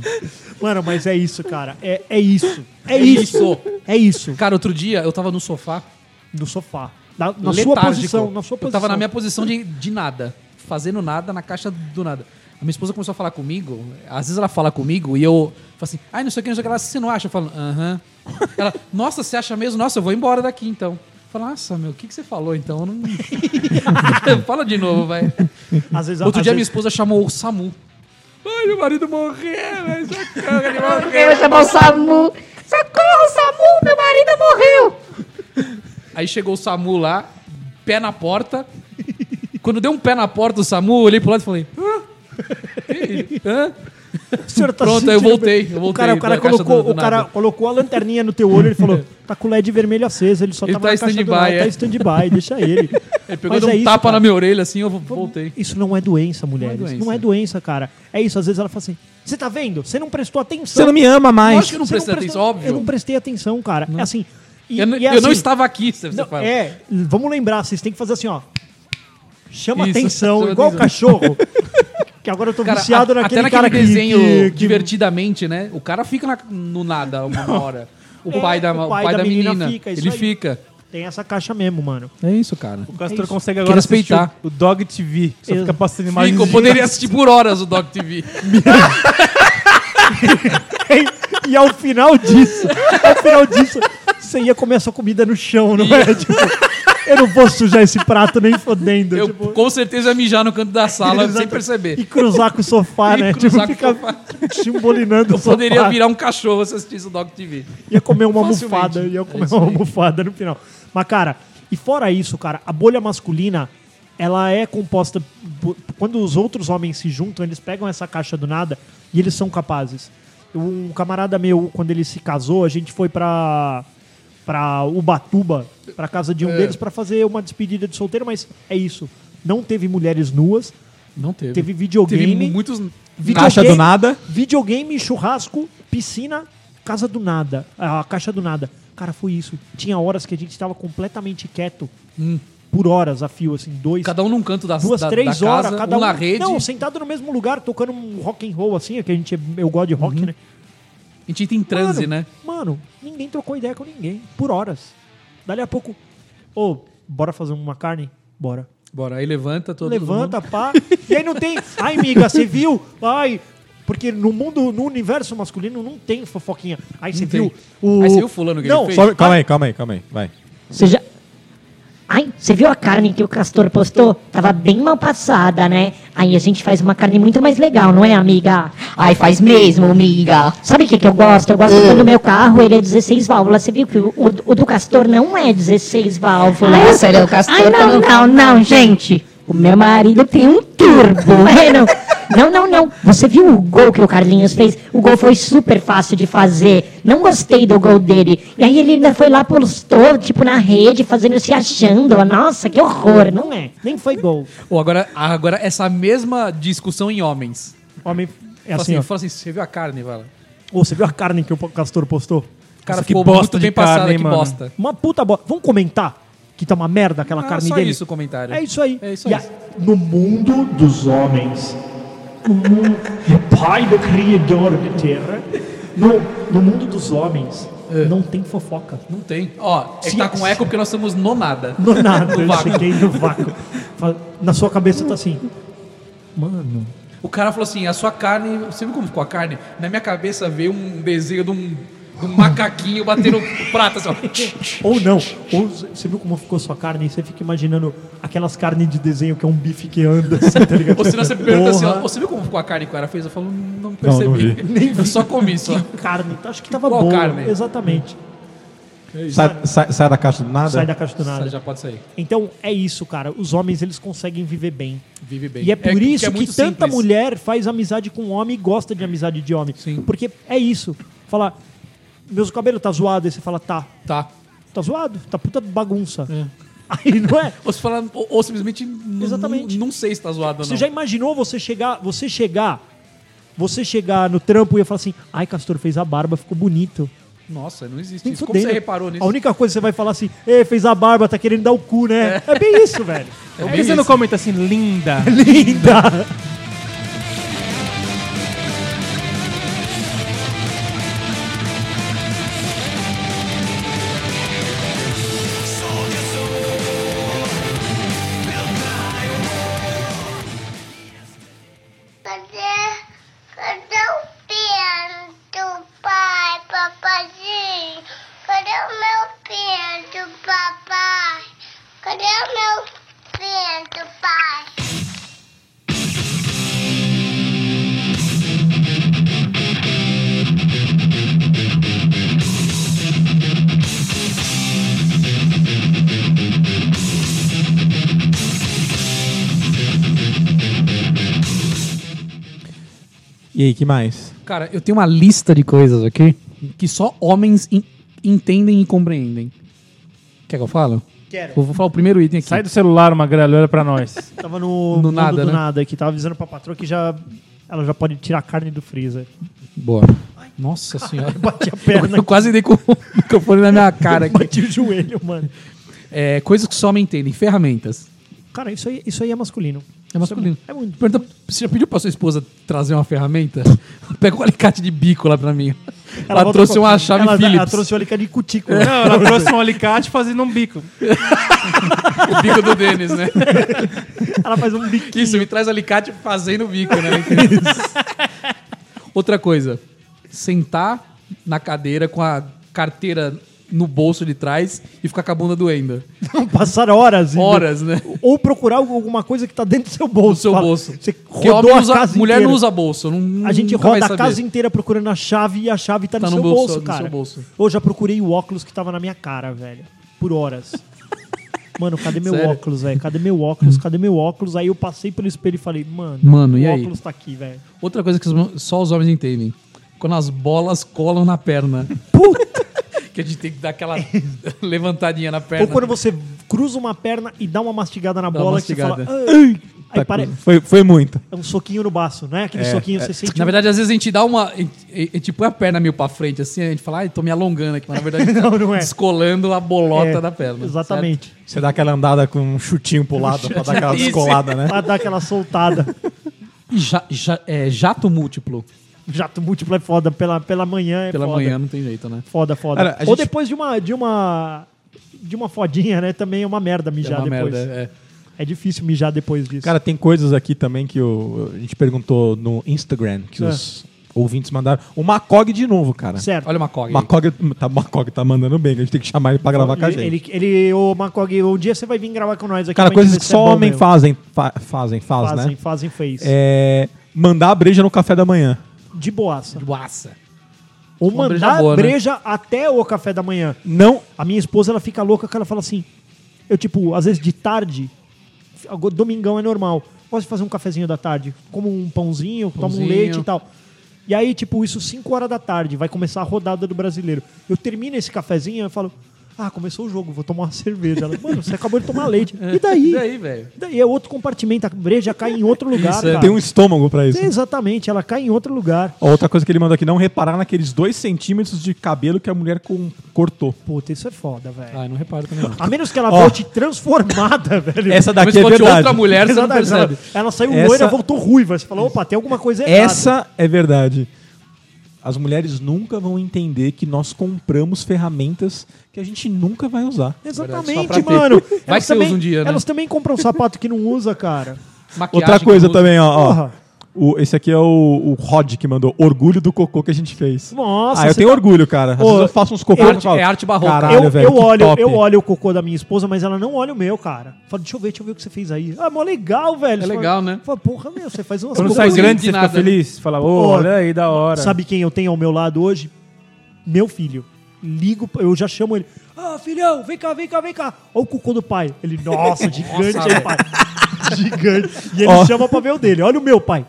[SPEAKER 3] Mano, mas é isso, cara. É, é isso. É isso. É isso.
[SPEAKER 2] Cara, outro dia eu tava no sofá,
[SPEAKER 3] No sofá. Na, na sua
[SPEAKER 2] letárgico.
[SPEAKER 3] posição. Na sua posição.
[SPEAKER 2] Eu tava na minha posição de, de nada, fazendo nada, na caixa do nada. A minha esposa começou a falar comigo, às vezes ela fala comigo e eu falo assim, ai, não sei o que, não sei o que, ela, você não acha? Eu falo, aham. Ela, nossa, você acha mesmo? Nossa, eu vou embora daqui então. Eu falo, nossa, meu, o que, que você falou então? Eu não- fala de novo, vai.
[SPEAKER 3] Às vezes,
[SPEAKER 2] Outro
[SPEAKER 3] às
[SPEAKER 2] dia minha
[SPEAKER 3] vezes-
[SPEAKER 2] esposa chamou o SAMU. Ai, meu marido morreu,
[SPEAKER 3] né?
[SPEAKER 2] mas socorro, ele morreu.
[SPEAKER 7] Eu vou chamar o Samu. Socorro, Samu, meu marido morreu.
[SPEAKER 2] Aí chegou o SAMU lá, pé na porta. Quando deu um pé na porta o SAMU, eu olhei pro lado e falei, hã? Ih, hã?
[SPEAKER 3] O senhor tá
[SPEAKER 2] Pronto, eu
[SPEAKER 3] sentindo-
[SPEAKER 2] voltei, eu
[SPEAKER 3] O
[SPEAKER 2] voltei
[SPEAKER 3] cara, o cara
[SPEAKER 2] da caixa
[SPEAKER 3] colocou,
[SPEAKER 2] do- do
[SPEAKER 3] o cara
[SPEAKER 2] nada.
[SPEAKER 3] colocou a lanterninha no teu olho e falou: tá com o LED vermelho aceso, ele só
[SPEAKER 2] Ele
[SPEAKER 3] tava
[SPEAKER 2] tá
[SPEAKER 3] na caixa do
[SPEAKER 2] stand-by,
[SPEAKER 3] lado,
[SPEAKER 2] é.
[SPEAKER 3] tá stand-by, deixa ele.
[SPEAKER 2] Ele pegou
[SPEAKER 3] Mas
[SPEAKER 2] deu um
[SPEAKER 3] é isso,
[SPEAKER 2] tapa
[SPEAKER 3] cara.
[SPEAKER 2] na minha orelha assim, eu voltei.
[SPEAKER 3] Isso não é doença, mulheres. Não é doença,
[SPEAKER 2] doença.
[SPEAKER 3] cara. É isso, às vezes ela fala assim: você tá vendo? Você não prestou atenção.
[SPEAKER 1] Você não me ama mais.
[SPEAKER 2] Lógico que eu não
[SPEAKER 3] Você
[SPEAKER 2] prestei atenção,
[SPEAKER 3] prestou-
[SPEAKER 2] óbvio.
[SPEAKER 3] Eu não prestei atenção, cara. É assim. e-
[SPEAKER 2] eu, n-
[SPEAKER 3] e é
[SPEAKER 2] eu não
[SPEAKER 3] assim-
[SPEAKER 2] estava aqui, você
[SPEAKER 3] Não,
[SPEAKER 2] fala.
[SPEAKER 3] é, vamos lembrar, vocês têm que fazer assim, ó. Chama
[SPEAKER 2] Isso,
[SPEAKER 3] atenção,
[SPEAKER 2] chama
[SPEAKER 3] igual o
[SPEAKER 2] atenção.
[SPEAKER 3] cachorro. que agora eu tô
[SPEAKER 2] Cara,
[SPEAKER 3] viciado
[SPEAKER 2] a-
[SPEAKER 3] naquele,
[SPEAKER 2] até naquele
[SPEAKER 3] cara que-
[SPEAKER 2] desenho
[SPEAKER 3] que, que,
[SPEAKER 2] divertidamente, né? O cara fica na- no nada uma hora. O
[SPEAKER 3] É,
[SPEAKER 2] pai da, o pai da, menina,
[SPEAKER 3] fica, isso
[SPEAKER 2] ele
[SPEAKER 3] aí.
[SPEAKER 2] fica.
[SPEAKER 3] Tem essa caixa mesmo, mano.
[SPEAKER 2] É isso, cara.
[SPEAKER 4] O Castro
[SPEAKER 3] isso.
[SPEAKER 4] consegue agora
[SPEAKER 2] Queria
[SPEAKER 4] assistir
[SPEAKER 2] respeitar.
[SPEAKER 4] o, o Dog TV. que Só
[SPEAKER 3] Eu-
[SPEAKER 4] fica passando imagens.
[SPEAKER 2] Fica, eu
[SPEAKER 4] de-
[SPEAKER 2] poderia assistir por horas o Dog TV.
[SPEAKER 3] e ao final disso, ao final disso, você ia comer a sua comida no chão, não é? Tipo, eu não vou sujar esse prato nem fodendo.
[SPEAKER 2] Eu
[SPEAKER 3] tipo,
[SPEAKER 2] com certeza ia mijar no canto da sala sem
[SPEAKER 3] exato.
[SPEAKER 2] perceber.
[SPEAKER 3] E cruzar com o sofá,
[SPEAKER 2] E
[SPEAKER 3] né? Tipo,
[SPEAKER 2] cruzar com o
[SPEAKER 3] ficar
[SPEAKER 2] sofá.
[SPEAKER 3] chimbolinando o
[SPEAKER 2] Eu poderia
[SPEAKER 3] sofá.
[SPEAKER 2] virar um cachorro se assistisse o Dog TV.
[SPEAKER 3] Ia comer uma
[SPEAKER 2] Facilmente.
[SPEAKER 3] almofada, ia
[SPEAKER 2] É
[SPEAKER 3] comer
[SPEAKER 2] isso
[SPEAKER 3] uma
[SPEAKER 2] aí.
[SPEAKER 3] almofada no final. Mas, cara, e fora isso, cara, a bolha masculina, ela é composta. por- Quando os outros homens se juntam, eles pegam essa caixa do nada e eles são capazes. Um camarada meu, quando ele se casou, a gente foi pra, pra Ubatuba, pra casa de um deles, pra fazer uma despedida de solteiro, mas é isso. Não teve mulheres nuas,
[SPEAKER 2] Não teve.
[SPEAKER 3] teve
[SPEAKER 2] Teve
[SPEAKER 3] videogame.
[SPEAKER 2] muitos.
[SPEAKER 3] videogame-
[SPEAKER 1] Caixa do nada.
[SPEAKER 3] Videogame, churrasco, piscina, casa do nada. Ah, A caixa do nada. Cara, foi isso. Tinha horas que a gente estava completamente quieto. hum, Por horas a fio, assim, dois.
[SPEAKER 2] Cada um num canto da,
[SPEAKER 3] Duas,
[SPEAKER 2] da,
[SPEAKER 3] três
[SPEAKER 2] da
[SPEAKER 3] horas,
[SPEAKER 2] casa,
[SPEAKER 3] cada
[SPEAKER 2] um
[SPEAKER 3] um.
[SPEAKER 2] na rede.
[SPEAKER 3] Não, sentado no mesmo lugar, tocando um rock and roll, assim, é que a gente, eu gosto de rock, né?
[SPEAKER 2] A gente entra em Uhum. transe,
[SPEAKER 3] mano,
[SPEAKER 2] né?
[SPEAKER 3] Mano, ninguém trocou ideia com ninguém, por horas. Dali a pouco, ô, bora fazer uma carne? Bora.
[SPEAKER 2] Bora, aí levanta todo
[SPEAKER 3] Levanta, pá. E aí não tem. Ai, amiga, você viu? Ai. Porque no mundo, no universo masculino, não tem fofoquinha. Aí você
[SPEAKER 2] tem.
[SPEAKER 3] viu o.
[SPEAKER 2] Aí você viu o fulano que ele
[SPEAKER 3] Não,
[SPEAKER 2] fez?
[SPEAKER 3] só-
[SPEAKER 1] Só- calma aí, calma aí, calma aí. Vai.
[SPEAKER 6] Você já. Ai, você viu a carne que o Castor postou? Tava bem mal passada, né? Aí a gente faz uma carne muito mais legal, não é, amiga? Ai, faz mesmo, amiga. Sabe o que, que eu gosto? Eu gosto quando o meu carro ele é 16 válvulas. Você viu que o, o- o do Castor não é 16 válvulas?
[SPEAKER 7] Ah, esse aí é o Castor,
[SPEAKER 6] Ai, não, não, não, gente. O meu marido tem um turbo. É, não. Não, não, não. Você viu o gol que o Carlinhos fez? O gol foi super fácil de fazer. Não gostei do gol dele. E aí ele ainda foi lá, postou, tipo, na rede, fazendo se achando. Nossa, que horror. Não é.
[SPEAKER 3] Nem foi gol.
[SPEAKER 2] Ou agora, agora, essa mesma discussão em homens.
[SPEAKER 3] Homem. É
[SPEAKER 2] Fala
[SPEAKER 3] assim,
[SPEAKER 2] assim,
[SPEAKER 3] ó.
[SPEAKER 2] fala assim, você viu a carne, Vala?
[SPEAKER 3] Ô, você viu a carne que o Castor postou?
[SPEAKER 2] O cara
[SPEAKER 4] Nossa, que
[SPEAKER 2] ficou
[SPEAKER 4] bosta
[SPEAKER 2] muito
[SPEAKER 4] de
[SPEAKER 2] bem
[SPEAKER 4] carne,
[SPEAKER 2] passado,
[SPEAKER 4] hein,
[SPEAKER 2] que
[SPEAKER 4] mano?
[SPEAKER 2] bosta.
[SPEAKER 3] Uma puta bosta. Vamos comentar que tá uma merda aquela
[SPEAKER 2] Tá. Ah,
[SPEAKER 3] carne
[SPEAKER 2] só
[SPEAKER 3] dele.
[SPEAKER 2] isso o comentário.
[SPEAKER 3] É isso aí.
[SPEAKER 2] É isso
[SPEAKER 3] E
[SPEAKER 2] aí.
[SPEAKER 3] a- No mundo dos homens, o pai do criador de terra, no, no mundo dos homens,
[SPEAKER 2] É.
[SPEAKER 3] não tem fofoca.
[SPEAKER 2] Não tem. Ó, é que
[SPEAKER 3] Se-
[SPEAKER 2] tá com eco porque nós estamos no nada.
[SPEAKER 3] No nada,
[SPEAKER 2] No
[SPEAKER 3] eu
[SPEAKER 2] vácuo.
[SPEAKER 3] cheguei no vácuo. Fa- Na sua cabeça tá assim, mano,
[SPEAKER 2] O cara falou assim, a sua carne... Você viu como ficou a carne? Na minha cabeça veio um desenho de um... Um macaquinho batendo prata. Assim, ó.
[SPEAKER 3] Ou não. Ou z- você viu como ficou sua carne? E você fica imaginando aquelas carnes de desenho que é um bife que anda, assim, tá ligado?
[SPEAKER 2] Ou senão você pergunta assim, ó,
[SPEAKER 3] Porra,
[SPEAKER 2] você viu como ficou a carne que o cara fez? Eu falo, não percebi.
[SPEAKER 1] vi.
[SPEAKER 2] Nem eu só comi, só.
[SPEAKER 3] Carne, acho que tava
[SPEAKER 2] tá, Qual
[SPEAKER 3] boa.
[SPEAKER 2] carne?
[SPEAKER 3] Exatamente.
[SPEAKER 1] Sai, sai- sai da caixa do nada.
[SPEAKER 3] Sai da caixa do
[SPEAKER 2] Só
[SPEAKER 3] nada.
[SPEAKER 2] Já pode sair.
[SPEAKER 3] Então, é isso, cara. Os homens, eles conseguem viver bem.
[SPEAKER 2] Vive bem.
[SPEAKER 3] E é por
[SPEAKER 2] que-
[SPEAKER 3] isso
[SPEAKER 2] é
[SPEAKER 3] que,
[SPEAKER 2] muito
[SPEAKER 3] tanta
[SPEAKER 2] simples.
[SPEAKER 3] mulher faz amizade com homem e gosta de amizade de homem.
[SPEAKER 2] Sim.
[SPEAKER 3] Porque é isso. Fala, meus cabelos tá zoado. Aí você fala, tá.
[SPEAKER 2] Tá.
[SPEAKER 3] Tá zoado? Tá puta bagunça. Aí, não é?
[SPEAKER 2] Ou, se fala, ou, ou simplesmente n-
[SPEAKER 3] Exatamente.
[SPEAKER 2] n- não sei se tá zoado ou
[SPEAKER 3] Você
[SPEAKER 2] não.
[SPEAKER 3] já imaginou você chegar, você chegar, você chegar no trampo e eu falar assim, ai, Castor fez a barba, ficou bonito.
[SPEAKER 2] Nossa, não existe
[SPEAKER 3] Nem
[SPEAKER 2] isso. Como
[SPEAKER 3] fudendo.
[SPEAKER 2] você reparou nisso?
[SPEAKER 3] A única coisa que você vai falar assim, ei, fez a barba, tá querendo dar o cu, né? É, bem isso, velho.
[SPEAKER 2] Eu
[SPEAKER 4] Por
[SPEAKER 2] vi
[SPEAKER 4] que você não
[SPEAKER 2] isso.
[SPEAKER 4] comenta assim, linda?
[SPEAKER 3] Linda!
[SPEAKER 5] Cadê, cadê o piano do pai, papazinho? Cadê o meu piano do papai? Cadê o meu piano do pai?
[SPEAKER 1] E aí, que mais?
[SPEAKER 2] Cara, eu tenho uma lista de coisas aqui que só homens en- entendem e compreendem. Quer que eu falo? Quero. Eu vou falar o primeiro item aqui.
[SPEAKER 4] Sai do celular, uma grelha, olha pra nós.
[SPEAKER 3] Tava no,
[SPEAKER 2] No
[SPEAKER 3] mundo
[SPEAKER 2] nada,
[SPEAKER 3] do
[SPEAKER 2] né?
[SPEAKER 3] nada, que tava avisando pra patroa que já, ela já pode tirar a carne do freezer.
[SPEAKER 2] Boa. Nossa senhora.
[SPEAKER 3] Bati a perna,
[SPEAKER 2] Eu quase dei com o microfone na minha cara aqui.
[SPEAKER 3] bati o joelho, mano.
[SPEAKER 2] É, coisas que só homem entendem. Ferramentas.
[SPEAKER 3] Cara, isso aí, isso aí é masculino.
[SPEAKER 2] É masculino.
[SPEAKER 3] Isso É, é muito.
[SPEAKER 2] Pergunta, você já pediu pra sua esposa trazer uma ferramenta? Pega um alicate de bico lá pra mim. Ela,
[SPEAKER 3] volta
[SPEAKER 2] trouxe
[SPEAKER 3] com-
[SPEAKER 2] uma chave
[SPEAKER 3] ela,
[SPEAKER 2] Phillips.
[SPEAKER 3] Ela trouxe o alicate de cutícula.
[SPEAKER 4] Não, ela trouxe um alicate fazendo um bico.
[SPEAKER 2] O bico do Denis, né?
[SPEAKER 3] Ela faz um biquinho.
[SPEAKER 2] Isso, me traz alicate fazendo bico, né? Outra coisa. Sentar na cadeira com a carteira no bolso de trás e ficar com a bunda doendo.
[SPEAKER 3] Passar horas. indo-
[SPEAKER 2] Horas, né?
[SPEAKER 3] Ou procurar alguma coisa que tá dentro do seu bolso.
[SPEAKER 2] O seu
[SPEAKER 3] Fala,
[SPEAKER 2] bolso.
[SPEAKER 3] Você
[SPEAKER 2] Porque
[SPEAKER 3] rodou
[SPEAKER 2] homem
[SPEAKER 3] a
[SPEAKER 2] usa-
[SPEAKER 3] casa
[SPEAKER 2] mulher não
[SPEAKER 3] inteira.
[SPEAKER 2] usa bolso. Não,
[SPEAKER 3] A gente
[SPEAKER 2] nunca vai
[SPEAKER 3] roda a
[SPEAKER 2] saber.
[SPEAKER 3] casa inteira procurando a chave e a chave tá, no, seu bolso,
[SPEAKER 2] no
[SPEAKER 3] cara.
[SPEAKER 2] seu bolso.
[SPEAKER 3] Eu já procurei o óculos que tava na minha cara, velho. Por horas. Mano, cadê meu
[SPEAKER 2] Sério?
[SPEAKER 3] óculos, velho? Cadê meu óculos? Cadê meu óculos? Aí eu passei pelo espelho e falei, mano,
[SPEAKER 2] Mano,
[SPEAKER 3] o
[SPEAKER 2] e aí?
[SPEAKER 3] óculos tá aqui, velho.
[SPEAKER 2] Outra coisa que os- só os homens entendem. Quando as bolas colam na perna.
[SPEAKER 3] Puta!
[SPEAKER 2] Que a gente tem que dar aquela levantadinha na perna.
[SPEAKER 3] Ou quando você cruza uma perna e dá uma mastigada na
[SPEAKER 2] Dá uma
[SPEAKER 3] bola que você fala.
[SPEAKER 2] mastigada.
[SPEAKER 3] Ai! Aí
[SPEAKER 2] Tá É,
[SPEAKER 3] pare...
[SPEAKER 1] Foi, foi muito.
[SPEAKER 3] É um soquinho no baço, né? Aquele soquinho que você sente.
[SPEAKER 2] Na verdade, às vezes a gente dá uma. A gente, a gente põe a perna meio pra frente assim, a gente fala, ai, tô me alongando aqui, mas na verdade tá
[SPEAKER 3] Não, não é.
[SPEAKER 2] descolando a bolota
[SPEAKER 3] É,
[SPEAKER 2] da perna.
[SPEAKER 3] Exatamente.
[SPEAKER 1] Você dá aquela andada com um chutinho pro lado pra dar aquela
[SPEAKER 2] Isso.
[SPEAKER 1] descolada,
[SPEAKER 2] é.
[SPEAKER 1] né?
[SPEAKER 3] Pra dar aquela soltada.
[SPEAKER 2] certo? E ja- ja- é, jato múltiplo.
[SPEAKER 3] Jato múltiplo é foda. Pela, pela manhã é
[SPEAKER 2] Pela
[SPEAKER 3] foda.
[SPEAKER 2] manhã não tem jeito, né?
[SPEAKER 3] Foda, foda.
[SPEAKER 1] Cara, a
[SPEAKER 3] Ou
[SPEAKER 1] gente-
[SPEAKER 3] depois de uma, de uma. De uma fodinha, né? Também é uma merda
[SPEAKER 2] é
[SPEAKER 3] mijar
[SPEAKER 2] uma
[SPEAKER 3] depois.
[SPEAKER 2] merda. é.
[SPEAKER 3] é. difícil mijar depois disso.
[SPEAKER 1] Cara, tem coisas aqui também que o- a gente perguntou no Instagram, que
[SPEAKER 3] É.
[SPEAKER 1] os ouvintes mandaram. O Macog de novo, cara.
[SPEAKER 3] certo.
[SPEAKER 2] Olha uma cog. aí.
[SPEAKER 1] Macog tá, Macog tá mandando bem, a gente tem que chamar ele pra gravar com a gente.
[SPEAKER 3] ele, ele, ele, ô Macog, um dia você vai vir gravar com nós aqui.
[SPEAKER 1] cara,
[SPEAKER 3] pra gente
[SPEAKER 1] coisas
[SPEAKER 3] ver
[SPEAKER 1] que
[SPEAKER 3] se é
[SPEAKER 1] só
[SPEAKER 3] bom
[SPEAKER 1] homem
[SPEAKER 3] mesmo.
[SPEAKER 1] fazem, fa- fazem, faz,
[SPEAKER 3] Fazem,
[SPEAKER 1] né?
[SPEAKER 3] fazem, fez.
[SPEAKER 1] É, mandar a breja no café da manhã.
[SPEAKER 3] De boaça.
[SPEAKER 2] Doaça.
[SPEAKER 3] Ou
[SPEAKER 2] Uma breja
[SPEAKER 3] mandar
[SPEAKER 2] boa, né?
[SPEAKER 3] breja até o café da manhã.
[SPEAKER 1] Não,
[SPEAKER 3] A minha esposa, ela fica louca que ela fala assim. Eu, tipo, às vezes de tarde, agora domingão é normal. Posso fazer um cafezinho da tarde? Como um pãozinho, tomo um
[SPEAKER 2] Pãozinho.
[SPEAKER 3] leite e tal. E aí, tipo, isso 5 horas da tarde, vai começar a rodada do brasileiro. Eu termino esse cafezinho, eu falo, ah, começou o jogo, vou tomar uma cerveja. Ela, mano, você acabou de tomar leite. E daí?
[SPEAKER 2] E daí, velho?
[SPEAKER 3] E daí é outro compartimento, a breja cai em outro lugar.
[SPEAKER 2] Isso, é.
[SPEAKER 3] cara.
[SPEAKER 1] tem um estômago pra isso.
[SPEAKER 3] Exatamente, ela cai em outro lugar.
[SPEAKER 1] Ó, Outra coisa que ele mandou aqui, não reparar naqueles dois centímetros de cabelo que a mulher com- cortou.
[SPEAKER 3] Puta, isso é foda, velho.
[SPEAKER 2] Ai, Ah, não reparo também. não.
[SPEAKER 3] A menos que ela
[SPEAKER 1] Ó.
[SPEAKER 3] volte transformada, velho.
[SPEAKER 1] Essa
[SPEAKER 2] Mas
[SPEAKER 1] daqui
[SPEAKER 2] Tipo, se
[SPEAKER 1] é
[SPEAKER 2] fosse
[SPEAKER 1] verdade.
[SPEAKER 2] outra mulher, você não
[SPEAKER 3] Exatamente,
[SPEAKER 2] percebe.
[SPEAKER 3] Ela, ela saiu
[SPEAKER 1] Essa-
[SPEAKER 3] loira, voltou ruiva. Você falou, opa, tem alguma coisa errada.
[SPEAKER 1] Essa é verdade. As mulheres nunca vão entender que nós compramos ferramentas que a gente nunca vai usar.
[SPEAKER 3] Exatamente,
[SPEAKER 2] Verdade, só pra ter.
[SPEAKER 3] mano.
[SPEAKER 2] Vai que
[SPEAKER 3] Elas
[SPEAKER 2] você
[SPEAKER 3] também-
[SPEAKER 2] usa um dia, né?
[SPEAKER 3] Elas também compram um sapato que não usa, cara.
[SPEAKER 2] Maquiagem
[SPEAKER 1] Outra
[SPEAKER 2] que
[SPEAKER 1] coisa
[SPEAKER 2] usa-
[SPEAKER 1] também, ó, ó.
[SPEAKER 3] Porra.
[SPEAKER 1] O, esse aqui é o, o Rod que mandou orgulho do cocô que a gente fez.
[SPEAKER 3] Nossa,
[SPEAKER 1] Ah, eu
[SPEAKER 3] você tá
[SPEAKER 1] tenho orgulho, cara. Às
[SPEAKER 3] Ô,
[SPEAKER 1] vezes eu faço uns cocô
[SPEAKER 2] é
[SPEAKER 1] e
[SPEAKER 2] arte-
[SPEAKER 1] falo,
[SPEAKER 2] é arte barroca.
[SPEAKER 1] Caralho,
[SPEAKER 3] Eu,
[SPEAKER 1] velho,
[SPEAKER 3] eu,
[SPEAKER 1] que
[SPEAKER 3] olho,
[SPEAKER 1] top."
[SPEAKER 3] eu olho o cocô da minha esposa, mas ela não olha o meu, cara. Fala, deixa eu ver, deixa eu ver o que você fez aí. Ah, mó legal, velho.
[SPEAKER 2] É
[SPEAKER 3] Você
[SPEAKER 2] legal,
[SPEAKER 3] fala-
[SPEAKER 2] né?
[SPEAKER 3] Fala, porra, meu, você faz umas
[SPEAKER 4] Quando
[SPEAKER 3] cocô-
[SPEAKER 4] sai
[SPEAKER 2] coisa
[SPEAKER 4] grande, você
[SPEAKER 2] indignada,
[SPEAKER 4] fica
[SPEAKER 2] né?
[SPEAKER 4] feliz? Fala, ô,
[SPEAKER 3] Pô,
[SPEAKER 4] olha aí, da hora.
[SPEAKER 3] tá Sabe quem eu tenho ao meu lado hoje? Meu filho. Ligo, eu já chamo ele. Ah, filhão, vem cá, vem cá, vem cá. Olha o cocô do pai. Ele, nossa, gigante aí, pai. Gigante. E ele chama pra ver o dele. Olha o meu, pai.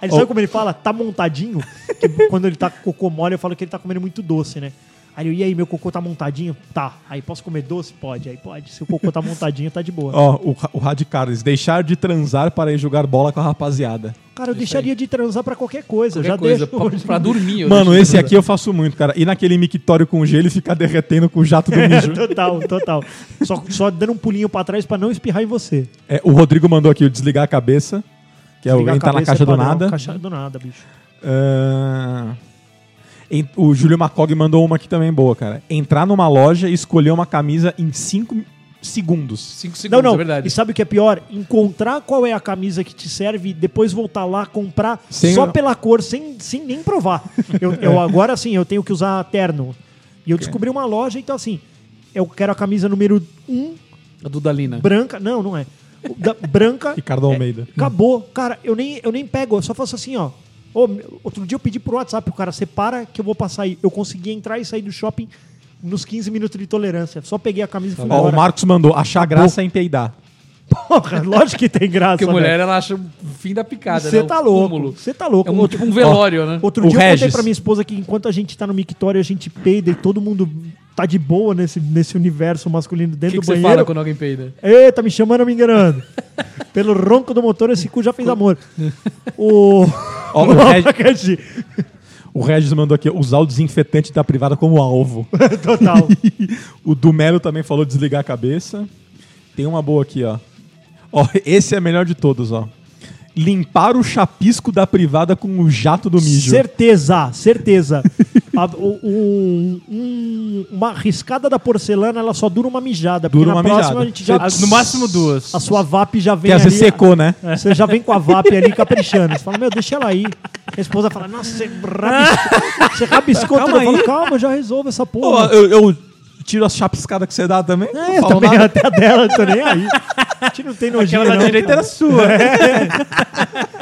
[SPEAKER 3] Aí ele sabe como ele fala? Tá montadinho. Que quando ele tá com cocô mole, eu falo que ele tá comendo muito doce, né? Aí eu, e aí, meu cocô tá montadinho? Tá. Aí posso comer doce? Pode. Aí pode. Se o cocô tá montadinho, tá de boa.
[SPEAKER 1] Ó, o, Ra- o Rad Carlos, deixar de transar para ir jogar bola com a rapaziada.
[SPEAKER 3] Cara, eu deixaria de transar pra qualquer coisa. eu
[SPEAKER 2] Qualquer
[SPEAKER 3] já
[SPEAKER 2] coisa,
[SPEAKER 3] deixo.
[SPEAKER 2] pra, pra dormir. eu
[SPEAKER 1] Mano,
[SPEAKER 2] deixo.
[SPEAKER 1] esse aqui eu faço muito, cara. Ir naquele mictório com gelo e ficar derretendo com o jato do mijo.
[SPEAKER 3] Total, total. Só, só dando um pulinho pra trás pra não espirrar em você.
[SPEAKER 1] É, o Rodrigo mandou aqui o desligar a cabeça, que é o
[SPEAKER 3] Ligar a
[SPEAKER 1] entrar na
[SPEAKER 3] cabeça
[SPEAKER 1] caixa
[SPEAKER 3] é
[SPEAKER 1] do
[SPEAKER 3] padrão,
[SPEAKER 1] nada.
[SPEAKER 3] Caixa do nada, bicho.
[SPEAKER 1] Ah, en- O Júlio Macog mandou uma aqui também boa, cara. Entrar numa loja e escolher uma camisa em 5 segundos.
[SPEAKER 2] Cinco
[SPEAKER 3] Não,
[SPEAKER 2] segundos,
[SPEAKER 3] não.
[SPEAKER 2] é verdade.
[SPEAKER 3] E sabe o que é pior? Encontrar qual é a camisa que te serve e depois voltar lá comprar
[SPEAKER 1] Sem-
[SPEAKER 3] só pela cor, sem, sem nem provar. Eu, eu agora sim, eu tenho que usar terno. E eu descobri uma loja, então assim, eu quero a camisa número 1,
[SPEAKER 2] A Dudalina.
[SPEAKER 3] branca. Não, não é. Da- branca.
[SPEAKER 1] Ricardo Almeida.
[SPEAKER 3] Acabou. Cara, eu nem, eu nem pego, eu só faço assim, ó. Ô, meu- outro dia eu pedi pro WhatsApp, o cara, separa que eu vou passar aí. Eu consegui entrar e sair do shopping nos 15 minutos de tolerância. Só peguei a camisa e fui
[SPEAKER 2] Tá
[SPEAKER 1] Ó, o
[SPEAKER 3] embora.
[SPEAKER 1] Marcos mandou achar graça é em peidar.
[SPEAKER 3] Porra, lógico que tem graça,
[SPEAKER 2] Porque
[SPEAKER 3] velho.
[SPEAKER 2] mulher, ela acha o fim da picada,
[SPEAKER 3] Você
[SPEAKER 2] né?
[SPEAKER 3] tá
[SPEAKER 2] O
[SPEAKER 3] louco.
[SPEAKER 2] cúmulo.
[SPEAKER 3] Você tá louco.
[SPEAKER 2] É um,
[SPEAKER 3] Outro-
[SPEAKER 2] tipo um velório, né?
[SPEAKER 3] Outro
[SPEAKER 1] O
[SPEAKER 3] dia eu contei
[SPEAKER 1] Regis.
[SPEAKER 3] pra minha esposa que enquanto a gente tá no mictório, a gente peida e todo mundo tá de boa nesse, nesse universo masculino
[SPEAKER 2] O que,
[SPEAKER 3] dentro
[SPEAKER 2] que
[SPEAKER 3] do
[SPEAKER 2] você
[SPEAKER 3] banheiro.
[SPEAKER 2] fala quando alguém peida?
[SPEAKER 3] Eita, me chamando, me enganando. Pelo ronco do motor, esse cu já fez amor. O.
[SPEAKER 1] Ó, o, Regis,
[SPEAKER 3] Abacaxi.
[SPEAKER 1] o Regis mandou aqui usar o desinfetante da privada como alvo.
[SPEAKER 3] Total.
[SPEAKER 1] o do Melo também falou desligar a cabeça. Tem uma boa aqui, ó. Ó, esse é melhor de todos, ó. Limpar o chapisco da privada com o jato do mijo.
[SPEAKER 3] Certeza, certeza. A- o- um- um- uma riscada da porcelana, ela só dura uma mijada. porque
[SPEAKER 1] Dura
[SPEAKER 3] na
[SPEAKER 1] uma
[SPEAKER 3] próxima
[SPEAKER 1] mijada.
[SPEAKER 3] a gente já.
[SPEAKER 4] As- no máximo duas.
[SPEAKER 3] A sua VAP já vem
[SPEAKER 1] Porque às
[SPEAKER 3] ali. é.
[SPEAKER 1] vezes secou, né?
[SPEAKER 3] Você já vem com a VAP ali caprichando. Você fala, meu, deixa ela aí. A esposa fala, nossa, você rabiscou, você rabiscou tudo. Eu falo, calma, eu já resolvo essa
[SPEAKER 1] Pô,
[SPEAKER 3] porra.
[SPEAKER 1] eu, eu tiro as chapiscadas que você dá também. não
[SPEAKER 3] É,
[SPEAKER 1] falo
[SPEAKER 3] também
[SPEAKER 1] nada.
[SPEAKER 3] até a dela, eu tô nem aí. A gente não tem nojinho,
[SPEAKER 4] Aquela da
[SPEAKER 3] não.
[SPEAKER 4] direita era sua.
[SPEAKER 3] né?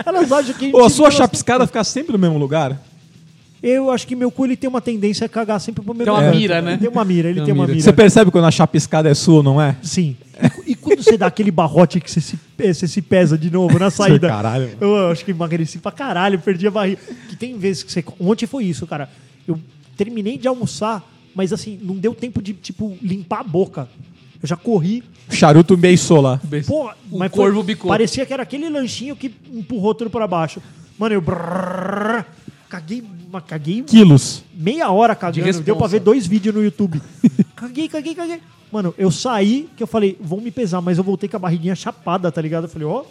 [SPEAKER 3] Elas acham que...
[SPEAKER 1] Pô, a sua
[SPEAKER 3] elas-
[SPEAKER 1] chapiscada fica sempre no mesmo lugar?
[SPEAKER 3] Eu acho que meu cu ele tem uma tendência a cagar sempre pro meu
[SPEAKER 2] Tem uma
[SPEAKER 3] lugar.
[SPEAKER 2] mira, né?
[SPEAKER 3] Tem uma mira, ele tem, uma mira.
[SPEAKER 1] Você percebe quando a chapiscada é sua, não é?
[SPEAKER 3] Sim. E cu- E, quando você dá aquele barrote que você se, eh, você se pesa de novo na saída?
[SPEAKER 1] Caralho, mano.
[SPEAKER 3] Eu acho que emagreci pra caralho, perdi a barriga. Que tem vezes que você. Ontem foi isso, cara. Eu terminei de almoçar, mas assim, não deu tempo de, tipo, limpar a boca. Eu já corri.
[SPEAKER 1] Charuto beiçou lá.
[SPEAKER 3] Pô,
[SPEAKER 2] O
[SPEAKER 3] mas
[SPEAKER 2] corvo
[SPEAKER 3] foi,
[SPEAKER 2] bicou.
[SPEAKER 3] Parecia que era aquele lanchinho que empurrou tudo pra baixo. Mano, eu. brrr, caguei. mas Caguei
[SPEAKER 1] Quilos.
[SPEAKER 3] meia hora
[SPEAKER 2] De
[SPEAKER 3] cagando.
[SPEAKER 2] responsa.
[SPEAKER 3] Deu pra ver dois vídeos no YouTube. caguei, caguei, caguei. Mano, eu saí que eu falei, vão me pesar, mas eu voltei com a barriguinha chapada, tá ligado? Eu falei, ó,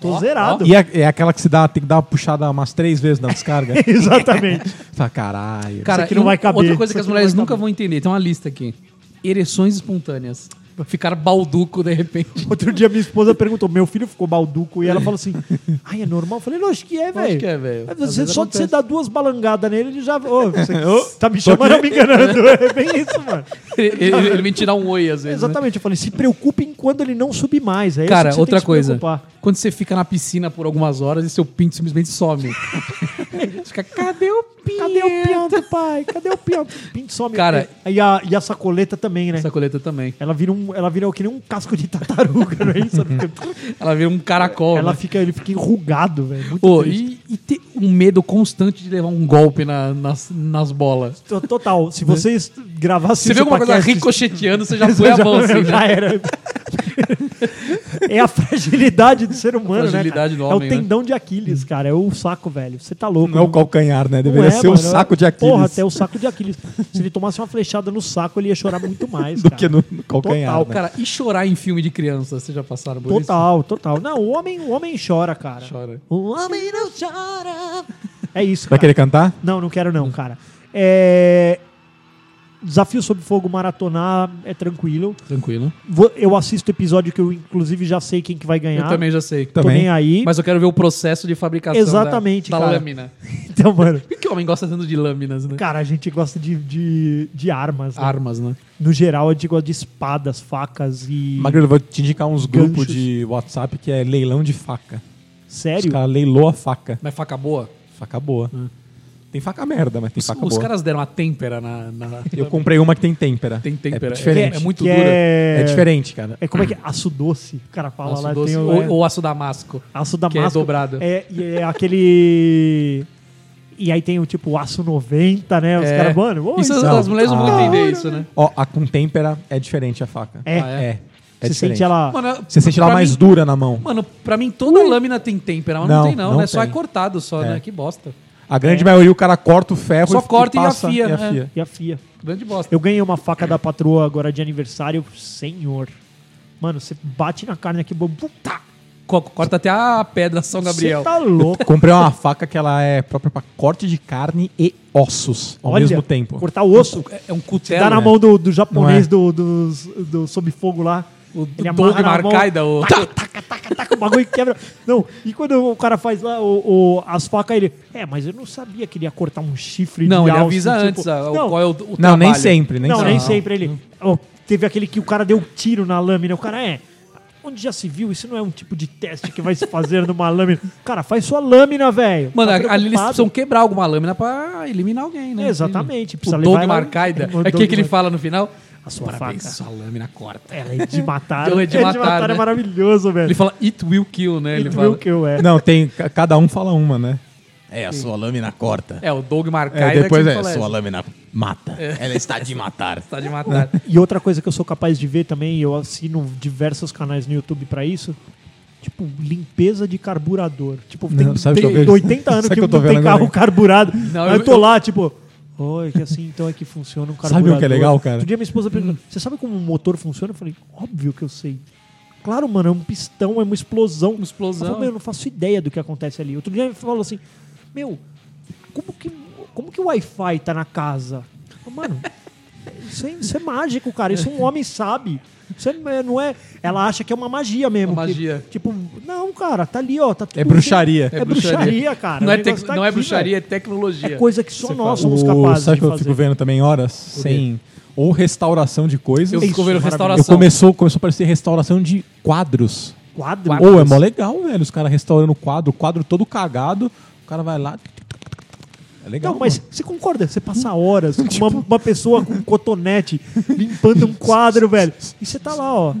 [SPEAKER 3] tô
[SPEAKER 2] Ó,
[SPEAKER 3] zerado.
[SPEAKER 1] E é, é aquela que se dá, tem que dar uma puxada umas três vezes na descarga.
[SPEAKER 3] Exatamente.
[SPEAKER 1] Fala, caralho.
[SPEAKER 2] Cara,
[SPEAKER 3] aqui não
[SPEAKER 2] e um
[SPEAKER 3] vai caber,
[SPEAKER 2] outra coisa
[SPEAKER 3] isso
[SPEAKER 2] que
[SPEAKER 3] aqui
[SPEAKER 2] as
[SPEAKER 3] não
[SPEAKER 2] mulheres
[SPEAKER 3] vai
[SPEAKER 2] nunca
[SPEAKER 3] caber.
[SPEAKER 2] vão entender, tem uma lista aqui. Ereções espontâneas. Ficar balduco de repente.
[SPEAKER 3] Outro dia minha esposa perguntou, meu filho ficou balduco, e ela falou assim, ai, é normal? Eu falei, lógico que é, velho.
[SPEAKER 2] que é, velho.
[SPEAKER 3] Aí
[SPEAKER 2] Às
[SPEAKER 3] Você,
[SPEAKER 2] vezes
[SPEAKER 3] só de
[SPEAKER 2] acontece.
[SPEAKER 3] você dar duas balangadas nele, ele já... Ô, você tá me chamando ou me enganando? É bem isso, mano.
[SPEAKER 2] ele, ele- ele me tirar um oi às vezes. né?
[SPEAKER 3] É, Exatamente, eu falei, se preocupem quando ele não subir mais. É isso que
[SPEAKER 2] Cara,
[SPEAKER 3] você tem
[SPEAKER 2] outra
[SPEAKER 3] que se
[SPEAKER 2] coisa.
[SPEAKER 3] preocupar.
[SPEAKER 2] Quando você fica na piscina por algumas horas e seu pinto simplesmente some. fica, cadê o pinto?
[SPEAKER 3] Cadê o pinto, pai? Cadê o pinto? O pinto some. É,
[SPEAKER 2] Cara-
[SPEAKER 3] e a, e a sacoleta também, né?
[SPEAKER 2] Essa coleta também.
[SPEAKER 3] Ela vira um, ela vira que nem um casco de tartaruga, não é isso? Ela fica-
[SPEAKER 2] Ela vira um caracol.
[SPEAKER 3] ela
[SPEAKER 2] né?
[SPEAKER 3] fica, ele fica enrugado, velho. Muito
[SPEAKER 2] Pô,
[SPEAKER 3] triste.
[SPEAKER 2] e, e ter um medo constante de levar um golpe na- nas, nas bolas.
[SPEAKER 3] T- Total, se vocês gravassem
[SPEAKER 2] Você vê
[SPEAKER 3] esse
[SPEAKER 2] alguma coisa
[SPEAKER 3] podcast-
[SPEAKER 2] ricocheteando, você já põe a
[SPEAKER 3] Já-
[SPEAKER 2] mão assim,
[SPEAKER 3] já
[SPEAKER 2] né?
[SPEAKER 3] era. É a fragilidade do ser humano,
[SPEAKER 2] Fragilidade
[SPEAKER 3] né?
[SPEAKER 2] do
[SPEAKER 3] cara?
[SPEAKER 2] homem,
[SPEAKER 3] é
[SPEAKER 2] né?
[SPEAKER 3] o tendão de Aquiles, cara. É o saco, velho. Você tá louco.
[SPEAKER 1] Não é o calcanhar, né? Deveria
[SPEAKER 3] Não é,
[SPEAKER 1] ser o
[SPEAKER 3] mano.
[SPEAKER 1] saco de Aquiles.
[SPEAKER 3] Porra, até o saco de Aquiles. Se ele tomasse uma flechada no saco, ele ia chorar muito mais,
[SPEAKER 1] Do
[SPEAKER 3] cara.
[SPEAKER 1] que no, no calcanhar.
[SPEAKER 3] Total,
[SPEAKER 1] né?
[SPEAKER 2] Cara, e chorar em filme de criança? Vocês já passaram por isso?
[SPEAKER 3] Total, total. Não, o homem, o homem chora, cara.
[SPEAKER 2] Chora.
[SPEAKER 3] O homem não chora. É isso,
[SPEAKER 1] Vai
[SPEAKER 3] cara.
[SPEAKER 1] querer Hum. cantar?
[SPEAKER 3] Não, não quero não, cara. É... Desafio Sob Fogo maratonar é tranquilo.
[SPEAKER 2] Tranquilo.
[SPEAKER 3] Vou- Eu assisto episódio que eu, inclusive, já sei quem que vai ganhar.
[SPEAKER 2] Eu também já sei.
[SPEAKER 3] Tô
[SPEAKER 1] Também.
[SPEAKER 3] nem aí.
[SPEAKER 2] Mas eu quero ver o processo de fabricação
[SPEAKER 3] Exatamente,
[SPEAKER 2] da, da
[SPEAKER 3] cara.
[SPEAKER 2] lâmina.
[SPEAKER 3] Então, mano,
[SPEAKER 2] Por que que o homem gosta tanto de lâminas, né?
[SPEAKER 3] cara, a gente gosta de, de, de armas. né?
[SPEAKER 2] Armas, né?
[SPEAKER 3] No geral, a gente gosta de espadas, facas e.
[SPEAKER 1] Magrelo, eu vou te indicar uns grupos
[SPEAKER 3] Ganchos.
[SPEAKER 1] de WhatsApp que é leilão de faca. Os
[SPEAKER 3] Sério?
[SPEAKER 1] caras leilou a faca.
[SPEAKER 2] Mas faca boa.
[SPEAKER 1] Faca boa. Tem faca merda, mas tem faca
[SPEAKER 2] Hum. Os
[SPEAKER 1] boa.
[SPEAKER 2] caras deram a têmpera na. na-
[SPEAKER 1] Eu comprei uma que tem têmpera.
[SPEAKER 2] Tem têmpera.
[SPEAKER 1] É diferente.
[SPEAKER 2] É muito
[SPEAKER 3] que
[SPEAKER 2] dura.
[SPEAKER 3] É...
[SPEAKER 1] É diferente, cara.
[SPEAKER 3] É como é que é? Aço doce. O cara fala
[SPEAKER 2] Aço
[SPEAKER 3] lá.
[SPEAKER 2] doce,
[SPEAKER 3] tem o,
[SPEAKER 2] ou,
[SPEAKER 3] é,
[SPEAKER 2] ou aço damasco.
[SPEAKER 3] aço da
[SPEAKER 2] que é dobrado.
[SPEAKER 3] É, e é aquele. E aí tem o tipo o aço 90, né? Os
[SPEAKER 2] É.
[SPEAKER 3] caras, mano, ô,
[SPEAKER 2] Isso as,
[SPEAKER 3] isso-
[SPEAKER 2] as mulheres não vão
[SPEAKER 3] Ah.
[SPEAKER 2] entender isso, né?
[SPEAKER 1] Ó, a com têmpera é diferente a faca.
[SPEAKER 3] É.
[SPEAKER 2] Ah,
[SPEAKER 1] É. É
[SPEAKER 3] você
[SPEAKER 1] diferente.
[SPEAKER 3] sente ela.
[SPEAKER 2] Mano,
[SPEAKER 1] Você sente ela
[SPEAKER 2] pra
[SPEAKER 1] mais
[SPEAKER 2] mim-
[SPEAKER 1] dura na mão.
[SPEAKER 2] Mano, pra mim toda lâmina tem têmpera, mas não,
[SPEAKER 1] Não,
[SPEAKER 2] tem não,
[SPEAKER 1] não
[SPEAKER 2] né? Só é
[SPEAKER 1] tem.
[SPEAKER 2] cortado só, né? Que bosta.
[SPEAKER 1] A grande maioria o cara corta o ferro
[SPEAKER 2] É. Só
[SPEAKER 1] e,
[SPEAKER 2] corta e
[SPEAKER 1] passa,
[SPEAKER 2] afia, né?
[SPEAKER 3] E a fia.
[SPEAKER 2] Grande bosta.
[SPEAKER 3] Eu ganhei uma faca da patroa agora de aniversário, senhor. Mano, você bate na carne aqui, bobo. Tá,
[SPEAKER 2] Co- Corta até a pedra São Gabriel.
[SPEAKER 3] Você tá louco.
[SPEAKER 1] Comprei uma faca que ela é própria pra corte de carne e ossos ao
[SPEAKER 3] Olha,
[SPEAKER 1] mesmo tempo.
[SPEAKER 3] Cortar o osso.
[SPEAKER 2] É um
[SPEAKER 3] Você
[SPEAKER 2] cutelo.
[SPEAKER 3] tá na
[SPEAKER 2] né?
[SPEAKER 3] mão do, do japonês
[SPEAKER 1] Não é.
[SPEAKER 3] do, do, do Sob Fogo lá.
[SPEAKER 2] O do
[SPEAKER 3] Ele amarra
[SPEAKER 2] Doug
[SPEAKER 3] na mão,
[SPEAKER 2] Marcaida, o...
[SPEAKER 3] Taca o bagulho e quebra. Não, e quando o cara faz lá o, o- as facas, ele. É, mas eu não sabia que ele ia cortar um chifre
[SPEAKER 2] Não,
[SPEAKER 3] de
[SPEAKER 2] ele
[SPEAKER 3] alce",
[SPEAKER 2] avisa
[SPEAKER 3] tipo,
[SPEAKER 2] antes a- o-
[SPEAKER 3] não,
[SPEAKER 2] qual é o, o trabalho.
[SPEAKER 1] Não, nem sempre, nem
[SPEAKER 3] não,
[SPEAKER 1] sempre.
[SPEAKER 3] nem sempre ele. Ó, teve aquele que o cara deu um tiro na lâmina. O cara é. Onde já se viu? Isso não é um tipo de teste que vai se fazer numa lâmina. Cara, faz sua lâmina, velho.
[SPEAKER 2] Mano,
[SPEAKER 3] Tá
[SPEAKER 2] a- ali eles
[SPEAKER 3] preocupado?
[SPEAKER 2] precisam quebrar alguma lâmina pra eliminar alguém, né?
[SPEAKER 3] Exatamente,
[SPEAKER 2] O
[SPEAKER 3] precisa levar
[SPEAKER 2] Doug
[SPEAKER 3] ela-
[SPEAKER 2] Marcaida.
[SPEAKER 3] O
[SPEAKER 2] É o que,
[SPEAKER 3] Doug
[SPEAKER 2] que ele
[SPEAKER 3] Mar-
[SPEAKER 2] fala no final?
[SPEAKER 3] A sua
[SPEAKER 2] Parabéns,
[SPEAKER 3] faca.
[SPEAKER 2] sua lâmina corta.
[SPEAKER 3] Ela é de matar.
[SPEAKER 2] Eu é de matar, né?
[SPEAKER 3] é maravilhoso, velho.
[SPEAKER 2] Ele fala, it will kill, né? Ele
[SPEAKER 3] Ele
[SPEAKER 2] fala.
[SPEAKER 3] viu que eu é.
[SPEAKER 1] Não, tem. ca- Cada um fala uma, né? É, a sua lâmina corta.
[SPEAKER 2] É, o Doug
[SPEAKER 1] É,
[SPEAKER 2] Marcaida
[SPEAKER 1] depois
[SPEAKER 2] que
[SPEAKER 1] é,
[SPEAKER 2] fala
[SPEAKER 1] sua
[SPEAKER 2] essa.
[SPEAKER 1] lâmina mata.
[SPEAKER 2] É.
[SPEAKER 1] Ela está de matar.
[SPEAKER 2] Tá de matar.
[SPEAKER 3] E outra coisa que eu sou capaz de ver também, eu assino diversos canais no YouTube pra isso, tipo, limpeza de carburador. Tipo, tem,
[SPEAKER 1] Não, sabe o que
[SPEAKER 3] tem
[SPEAKER 1] eu vejo?
[SPEAKER 3] 80 anos
[SPEAKER 1] Sabe
[SPEAKER 3] que,
[SPEAKER 1] o que eu tô
[SPEAKER 3] não tem
[SPEAKER 1] vendo
[SPEAKER 3] carro
[SPEAKER 1] agora?
[SPEAKER 3] carburado.
[SPEAKER 2] Não,
[SPEAKER 3] Aí eu,
[SPEAKER 2] eu-
[SPEAKER 3] tô
[SPEAKER 2] eu-
[SPEAKER 3] lá, tipo, oi, que assim, então é que funciona um
[SPEAKER 1] Sabe o
[SPEAKER 3] carburador.
[SPEAKER 1] que é legal, cara?
[SPEAKER 3] Outro dia minha esposa perguntou, você sabe como um motor funciona? Eu falei, óbvio que eu sei. Claro, mano, é um pistão, é uma explosão. Uma
[SPEAKER 2] explosão.
[SPEAKER 3] Eu, falei, meu, eu não faço ideia do que acontece ali. Outro dia ele falou assim, meu, como que, como que o Wi-Fi tá na casa? Eu falei, Mano, isso é, isso é mágico, cara. Isso um homem sabe. Isso é- não é. Ela acha que é uma magia mesmo.
[SPEAKER 2] Uma
[SPEAKER 3] que-
[SPEAKER 2] magia.
[SPEAKER 3] tipo, não, cara, tá ali, ó. Tá tudo
[SPEAKER 1] É bruxaria.
[SPEAKER 3] É, bruxaria, cara.
[SPEAKER 2] Não,
[SPEAKER 3] O
[SPEAKER 2] é,
[SPEAKER 3] negócio
[SPEAKER 2] tec-
[SPEAKER 3] tá
[SPEAKER 2] não é
[SPEAKER 3] aqui,
[SPEAKER 2] bruxaria,
[SPEAKER 3] velho.
[SPEAKER 2] é tecnologia.
[SPEAKER 3] É coisa que só nós somos
[SPEAKER 1] O-
[SPEAKER 3] capazes
[SPEAKER 1] Sabe o
[SPEAKER 3] de
[SPEAKER 1] que eu
[SPEAKER 3] fazer.
[SPEAKER 1] fico vendo também horas? Sem. Ou restauração de coisas.
[SPEAKER 2] Eu fico vendo
[SPEAKER 3] Isso,
[SPEAKER 1] Eu
[SPEAKER 2] restauração.
[SPEAKER 1] começou, começou a aparecer restauração de quadros.
[SPEAKER 3] Quadro.
[SPEAKER 1] Ou é mó legal, velho. Os caras restaurando o quadro, o quadro todo cagado. O cara vai lá. É legal.
[SPEAKER 3] Então, mas você concorda? Você passa horas com uma, uma pessoa com um cotonete limpando um quadro, velho. E você tá lá, ó.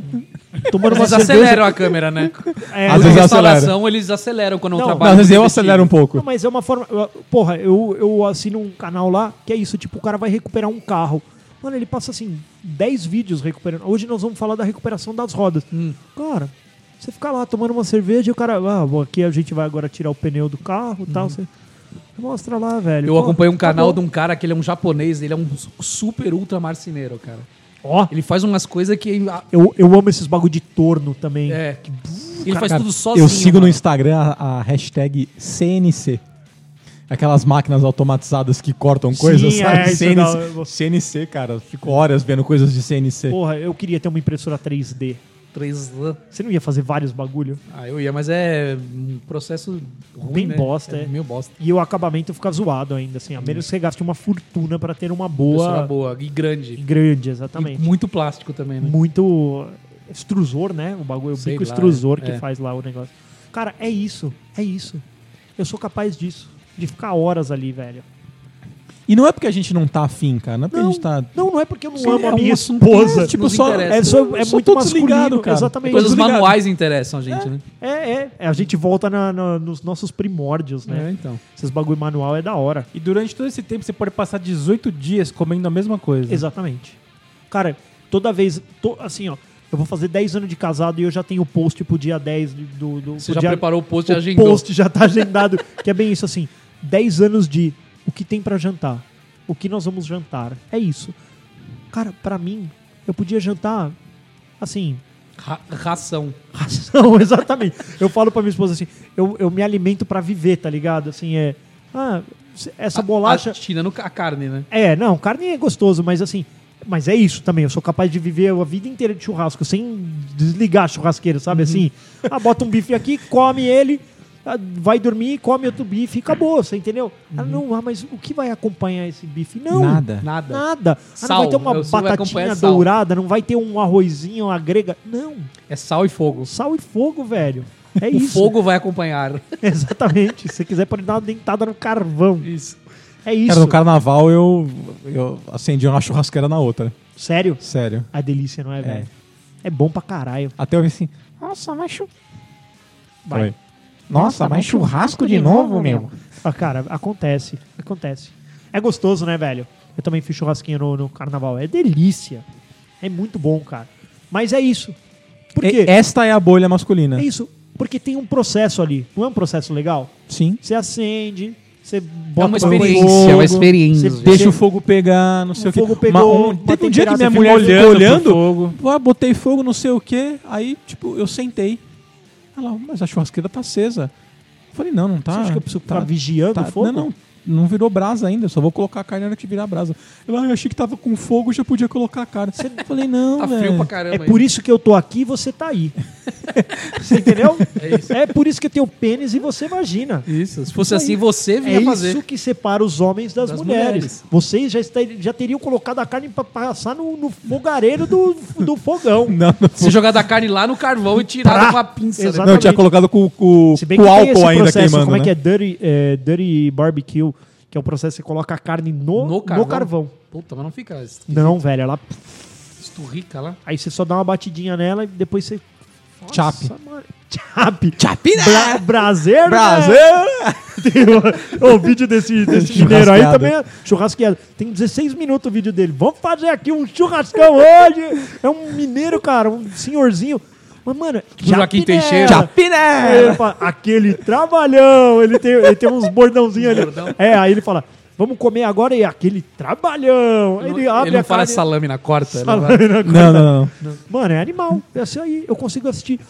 [SPEAKER 3] Tomando uma
[SPEAKER 2] Eles
[SPEAKER 3] cerveja.
[SPEAKER 2] aceleram a câmera, né?
[SPEAKER 3] É,
[SPEAKER 1] Às
[SPEAKER 2] Na
[SPEAKER 1] vezes
[SPEAKER 2] restauração, eles aceleram quando eu
[SPEAKER 3] Não,
[SPEAKER 1] Não,
[SPEAKER 2] trabalho.
[SPEAKER 1] às vezes
[SPEAKER 2] com
[SPEAKER 1] eu
[SPEAKER 2] detetive.
[SPEAKER 1] acelero um pouco.
[SPEAKER 3] Não, mas é uma forma. eu- Porra, eu, eu assino um canal lá que é isso, tipo, o cara vai recuperar um carro. Mano, ele passa assim, 10 vídeos recuperando. Hoje nós vamos falar da recuperação das rodas.
[SPEAKER 2] Hum.
[SPEAKER 3] Cara, você fica lá tomando uma cerveja e o cara. Ah, bom, aqui a gente vai agora tirar o pneu do carro e tal. Você mostra lá, velho.
[SPEAKER 2] Uhum. Eu
[SPEAKER 3] Pô,
[SPEAKER 2] acompanho um
[SPEAKER 3] tá
[SPEAKER 2] canal de
[SPEAKER 3] bom.
[SPEAKER 2] um cara que ele é um japonês, ele é um su- super ultra marceneiro, cara.
[SPEAKER 3] Ó,
[SPEAKER 2] Ele faz umas coisas que. ah,
[SPEAKER 3] eu, eu amo esses bagulho de torno também.
[SPEAKER 2] É. Ele faz
[SPEAKER 1] Cara,
[SPEAKER 2] tudo sozinho.
[SPEAKER 1] Eu sigo
[SPEAKER 2] mano.
[SPEAKER 1] no Instagram a, a hashtag CNC. Aquelas máquinas automatizadas que cortam coisas,
[SPEAKER 3] Sim,
[SPEAKER 1] sabe?
[SPEAKER 3] é, isso
[SPEAKER 1] CNC,
[SPEAKER 3] dá- eu-
[SPEAKER 1] CNC, cara. Fico horas vendo coisas de CNC.
[SPEAKER 3] Porra, eu queria ter uma impressora 3D.
[SPEAKER 2] 3D.
[SPEAKER 3] Você não ia fazer vários bagulho?
[SPEAKER 2] Ah, eu ia, mas é um processo ruim.
[SPEAKER 3] Bem
[SPEAKER 2] né?
[SPEAKER 3] bosta, é.
[SPEAKER 2] Meio bosta.
[SPEAKER 3] E o acabamento fica zoado ainda, assim. A
[SPEAKER 2] Uhum.
[SPEAKER 3] menos que você gaste uma fortuna pra ter uma
[SPEAKER 2] Boa.
[SPEAKER 3] boa.
[SPEAKER 2] boa. E grande.
[SPEAKER 3] Grande,
[SPEAKER 2] E
[SPEAKER 3] exatamente.
[SPEAKER 2] muito plástico também, né?
[SPEAKER 3] Muito extrusor, né? O bagulho, o
[SPEAKER 2] Sei
[SPEAKER 3] bico
[SPEAKER 2] lá,
[SPEAKER 3] extrusor
[SPEAKER 2] é.
[SPEAKER 3] que
[SPEAKER 2] É.
[SPEAKER 3] faz lá o negócio. Cara, é isso. É isso. Eu sou capaz disso. De ficar horas ali, velho.
[SPEAKER 1] E não é porque a gente não tá afim, cara. Não é porque a gente tá.
[SPEAKER 3] Não, não é porque eu não
[SPEAKER 1] Sim,
[SPEAKER 3] amo
[SPEAKER 1] é um
[SPEAKER 3] a minha
[SPEAKER 1] assunto-
[SPEAKER 3] esposa.
[SPEAKER 1] é, tipo,
[SPEAKER 2] Nos
[SPEAKER 1] só,
[SPEAKER 2] interessa.
[SPEAKER 3] É, só, é
[SPEAKER 1] só
[SPEAKER 3] muito
[SPEAKER 1] tô
[SPEAKER 3] masculino,
[SPEAKER 1] desligado, cara.
[SPEAKER 3] exatamente.
[SPEAKER 1] Tô
[SPEAKER 2] Coisas
[SPEAKER 1] desligado.
[SPEAKER 2] manuais interessam a gente, né?
[SPEAKER 3] É, é. É, A gente volta na- na- nos nossos primórdios,
[SPEAKER 2] É,
[SPEAKER 3] né?
[SPEAKER 2] então.
[SPEAKER 3] Esses bagulho manual é da hora.
[SPEAKER 4] E durante todo esse tempo você pode passar 18 dias comendo a mesma coisa.
[SPEAKER 3] Exatamente. Cara, toda vez. to- assim, ó. Eu vou fazer 10 anos de casado e eu já tenho post pro dia 10 do. do
[SPEAKER 2] Você
[SPEAKER 3] pro
[SPEAKER 2] já
[SPEAKER 3] dia-
[SPEAKER 2] preparou o post e
[SPEAKER 3] o
[SPEAKER 2] agendou.
[SPEAKER 3] post já tá agendado. que é bem isso assim: 10 anos de o que tem pra jantar, o que nós vamos jantar. É isso. Cara, pra mim, eu podia jantar assim.
[SPEAKER 2] Ra- ração.
[SPEAKER 3] Ração, exatamente. Eu falo pra minha esposa assim: eu, eu me alimento pra viver, tá ligado? Assim, é. Ah, essa bolacha.
[SPEAKER 2] A, tirando a carne, né?
[SPEAKER 3] É, não, carne é gostoso, mas assim. Mas é isso também. Eu sou capaz de viver a vida inteira de churrasco sem desligar a churrasqueira, sabe?
[SPEAKER 2] Uhum.
[SPEAKER 3] Assim, ah, bota um bife aqui, come ele, ah, vai dormir, come outro bife e acabou, você entendeu? Ah, não, ah, mas o que vai acompanhar esse bife? Não.
[SPEAKER 1] Nada.
[SPEAKER 3] Nada.
[SPEAKER 2] Uhum. Nada.
[SPEAKER 3] É. Ah, não
[SPEAKER 2] Sal.
[SPEAKER 3] vai ter uma
[SPEAKER 2] Você vai acompanhar
[SPEAKER 3] batatinha
[SPEAKER 2] sal.
[SPEAKER 3] dourada, não vai ter um arrozinho à grega. Não.
[SPEAKER 2] É sal e fogo.
[SPEAKER 3] Sal e fogo, velho. É
[SPEAKER 2] o
[SPEAKER 3] isso.
[SPEAKER 2] fogo vai acompanhar.
[SPEAKER 3] Exatamente. Se você quiser, pode dar uma dentada no carvão.
[SPEAKER 2] Isso.
[SPEAKER 3] É isso.
[SPEAKER 1] Cara, no carnaval eu, eu acendi uma churrasqueira na outra.
[SPEAKER 3] Sério?
[SPEAKER 1] Sério.
[SPEAKER 3] A delícia, não é, velho? É bom pra caralho.
[SPEAKER 1] Até eu vi assim.
[SPEAKER 7] Nossa, mas chu-
[SPEAKER 3] Vai. Tá
[SPEAKER 1] Oi. Nossa, mas Tá churrasco de novo, meu.
[SPEAKER 3] Ah, cara, acontece. Acontece. É gostoso, né, velho? Eu também fiz churrasquinho no, no carnaval. É delícia. É muito bom, cara. Mas é isso. Por quê?
[SPEAKER 1] E- Esta é a bolha masculina.
[SPEAKER 3] É isso. Porque tem um processo ali. Não é um processo legal?
[SPEAKER 1] Sim.
[SPEAKER 3] Você acende, você bota
[SPEAKER 2] uma
[SPEAKER 3] pra um
[SPEAKER 2] experiência,
[SPEAKER 3] fogo,
[SPEAKER 2] é uma experiência.
[SPEAKER 3] você
[SPEAKER 1] Deixa o fogo pegar, não sei o, que.
[SPEAKER 3] fogo pegou, uma
[SPEAKER 1] teve um dia que
[SPEAKER 3] temperatura,
[SPEAKER 1] minha
[SPEAKER 3] você
[SPEAKER 1] mulher
[SPEAKER 3] fica
[SPEAKER 1] ficou
[SPEAKER 4] olhando
[SPEAKER 1] olhando.
[SPEAKER 4] pro fogo.
[SPEAKER 1] Ah, botei fogo, não sei o que. Aí, tipo, eu sentei. Ela, mas a churrasqueira tá acesa. Eu falei, não, não tá.
[SPEAKER 3] Você acha que eu preciso
[SPEAKER 1] tá,
[SPEAKER 3] ficar vigiando
[SPEAKER 1] tá-
[SPEAKER 3] o fogo?
[SPEAKER 1] Não, não. Não virou brasa ainda, eu só vou colocar a carne na hora que virar a brasa. Ela, ah, eu achei que tava com fogo, já podia colocar a carne. Eu falei, não,
[SPEAKER 2] Tá
[SPEAKER 1] velho.
[SPEAKER 2] frio pra caramba.
[SPEAKER 3] É
[SPEAKER 2] aí.
[SPEAKER 3] por isso que eu tô aqui e você tá aí. você entendeu? É, por isso que eu tenho pênis e você vagina.
[SPEAKER 2] Isso. Se fosse
[SPEAKER 3] Isso
[SPEAKER 2] assim,
[SPEAKER 3] aí.
[SPEAKER 2] você
[SPEAKER 3] É
[SPEAKER 2] vinha
[SPEAKER 3] isso
[SPEAKER 2] fazer.
[SPEAKER 3] que separa os homens das,
[SPEAKER 2] Das
[SPEAKER 3] mulheres.
[SPEAKER 2] mulheres.
[SPEAKER 3] Vocês já, está- já teriam colocado a carne pra passar no, no fogareiro do, do fogão.
[SPEAKER 1] Não, não.
[SPEAKER 2] Se jogar da carne lá no carvão e tirar com a pinça. né?
[SPEAKER 3] Exato.
[SPEAKER 1] Não, eu tinha
[SPEAKER 3] Exatamente.
[SPEAKER 1] colocado com, com,
[SPEAKER 3] Se bem
[SPEAKER 1] com
[SPEAKER 3] que tem
[SPEAKER 1] álcool
[SPEAKER 3] esse
[SPEAKER 1] ainda
[SPEAKER 3] processo,
[SPEAKER 1] queimando.
[SPEAKER 3] como é
[SPEAKER 1] né?
[SPEAKER 3] que é dirty, é, dirty barbecue, que é o processo que você coloca a carne no, no carvão.
[SPEAKER 2] Puta, mas não fica est-
[SPEAKER 3] Não, velho, ela...
[SPEAKER 2] esturrica lá.
[SPEAKER 3] Aí você só dá uma batidinha nela e depois você...
[SPEAKER 1] Chape.
[SPEAKER 3] Nossa, mano. Chape.
[SPEAKER 1] Chapina!
[SPEAKER 3] Bra braseiro, né?
[SPEAKER 1] Brasil!
[SPEAKER 3] um- o vídeo desse, desse mineiro aí
[SPEAKER 1] Churrasqueado.
[SPEAKER 3] também é churrasqueado. Tem 16 minutos o vídeo dele. Vamos fazer aqui um churrascão hoje. É um mineiro, cara, um senhorzinho. Mas, mano,
[SPEAKER 2] Tipo Joaquim
[SPEAKER 3] Chapinella.
[SPEAKER 2] Teixeira.
[SPEAKER 3] Aí ele fala, aquele trabalhão. Ele tem, ele tem uns bordãozinhos ali.
[SPEAKER 2] Bordão.
[SPEAKER 3] É, aí ele fala, vamos comer agora e aquele trabalhão. Aí Ele
[SPEAKER 2] não,
[SPEAKER 3] abre
[SPEAKER 2] ele não
[SPEAKER 3] a
[SPEAKER 2] fala
[SPEAKER 3] carne-
[SPEAKER 2] salame na corta. ele
[SPEAKER 3] Salame
[SPEAKER 2] vai-
[SPEAKER 1] Não, não, não.
[SPEAKER 3] Mano, é animal. É isso aí. Eu consigo assistir.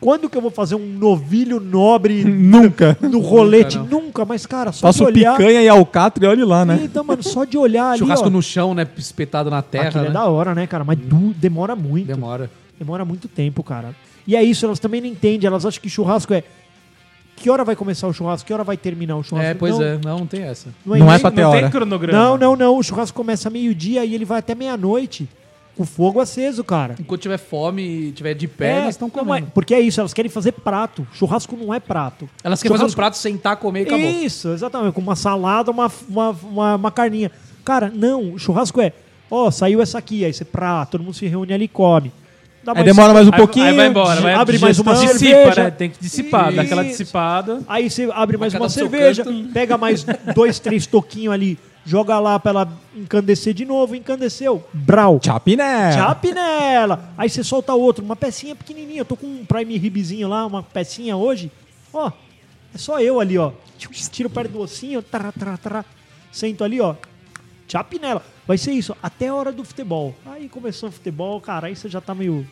[SPEAKER 3] Quando que eu vou fazer um novilho nobre
[SPEAKER 1] Nunca.
[SPEAKER 3] no rolete?
[SPEAKER 2] não.
[SPEAKER 3] Nunca, mas, cara, só de
[SPEAKER 1] Faço
[SPEAKER 3] olhar...
[SPEAKER 1] picanha e alcatra e olhe lá, né?
[SPEAKER 3] Então, mano, só de olhar ali.
[SPEAKER 2] Churrasco
[SPEAKER 3] ó,
[SPEAKER 2] no chão, né? Espetado na terra.
[SPEAKER 3] Aquilo
[SPEAKER 2] Né?
[SPEAKER 3] é da hora, né, cara? Mas du- demora muito.
[SPEAKER 2] Demora.
[SPEAKER 3] Demora muito tempo, cara. E é isso, elas também não entendem. Elas acham que churrasco é. Que hora vai começar o churrasco? Que hora vai terminar o churrasco?
[SPEAKER 2] É, pois
[SPEAKER 3] não,
[SPEAKER 2] é. Não, não tem essa.
[SPEAKER 1] Não é
[SPEAKER 3] isso.
[SPEAKER 1] pra ter
[SPEAKER 4] não
[SPEAKER 1] hora. um
[SPEAKER 4] tem cronograma.
[SPEAKER 3] Não, não, não. O churrasco começa meio-dia e ele vai até meia-noite. Com fogo aceso, cara.
[SPEAKER 2] Enquanto tiver fome e tiver de pé, elas estão
[SPEAKER 3] não
[SPEAKER 2] comendo.
[SPEAKER 3] é- porque é isso, elas querem fazer prato. Churrasco não é prato.
[SPEAKER 2] Elas querem fazer um
[SPEAKER 3] Churrasco-
[SPEAKER 2] prato, sentar, comer e acabou.
[SPEAKER 3] Isso, exatamente. Com uma salada, uma, uma, uma, uma carninha. Cara, não, o churrasco é. Ó, saiu essa aqui, aí você pra, todo mundo se reúne ali e come. Dá
[SPEAKER 1] Aí demora mais um
[SPEAKER 4] Aí- aí
[SPEAKER 1] pouquinho.
[SPEAKER 4] vai embora, vai
[SPEAKER 3] abre mais uma
[SPEAKER 4] dissipa,
[SPEAKER 3] cerveja.
[SPEAKER 4] né? Tem que dissipar, dá aquela
[SPEAKER 3] Isso.
[SPEAKER 4] dissipada.
[SPEAKER 3] Aí você abre mais
[SPEAKER 2] cada
[SPEAKER 3] uma
[SPEAKER 2] um seu
[SPEAKER 3] cerveja,
[SPEAKER 2] canto.
[SPEAKER 3] pega mais dois, três toquinhos ali, joga lá pra ela encandecer de novo, encandeceu. Brau.
[SPEAKER 2] É.
[SPEAKER 1] Chapiné.
[SPEAKER 3] Chape nela. Aí você solta outro, uma pecinha pequenininha. Eu tô com um Prime Ribzinho lá, uma pecinha hoje. Ó, é só eu ali, ó. Tiro perto do ossinho, tará, tará, tará. Sento ali, ó. Chape nela. Vai ser isso, até a hora do futebol. Aí começou o futebol, cara, aí você já tá meio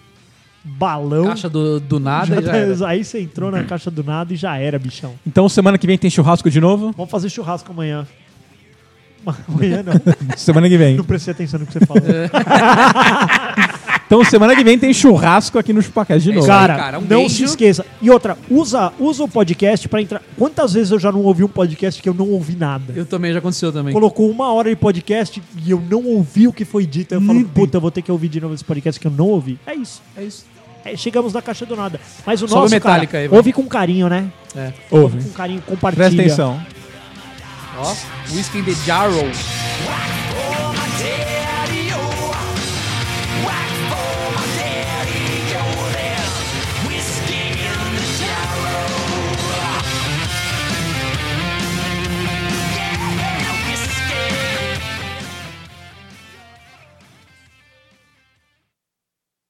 [SPEAKER 3] balão.
[SPEAKER 2] Caixa do, do nada
[SPEAKER 3] Já
[SPEAKER 2] e já
[SPEAKER 3] tá-
[SPEAKER 2] era.
[SPEAKER 3] aí você entrou na caixa do nada e já era, bichão.
[SPEAKER 1] Então semana que vem tem churrasco de novo?
[SPEAKER 3] Vamos fazer churrasco amanhã. Amanhã não.
[SPEAKER 1] Semana que vem.
[SPEAKER 3] Não prestei atenção no que você falou.
[SPEAKER 2] É.
[SPEAKER 1] Então semana que vem tem churrasco aqui no Chupacast de novo.
[SPEAKER 2] isso aí.
[SPEAKER 3] Cara,
[SPEAKER 2] cara, um
[SPEAKER 3] não
[SPEAKER 2] beijo.
[SPEAKER 3] se esqueça. E outra, usa, usa o podcast pra entrar. Quantas vezes eu já não ouvi um podcast que eu não ouvi nada?
[SPEAKER 2] Eu também, já aconteceu também.
[SPEAKER 3] Colocou uma hora de podcast e eu não ouvi o que foi dito. Aí eu falo, puta, eu vou ter que ouvir de novo esse podcast que eu não ouvi. É isso.
[SPEAKER 2] Uhum. É isso.
[SPEAKER 3] É, chegamos na caixa do nada. Mas o
[SPEAKER 2] Sobe
[SPEAKER 3] nosso,
[SPEAKER 2] Metallica
[SPEAKER 3] cara,
[SPEAKER 2] aí, vai.
[SPEAKER 3] ouve com carinho, né?
[SPEAKER 2] É.
[SPEAKER 1] Ouve.
[SPEAKER 3] Com carinho, compartilha.
[SPEAKER 1] Presta atenção.
[SPEAKER 2] Ó, Whisky in the Jarrow.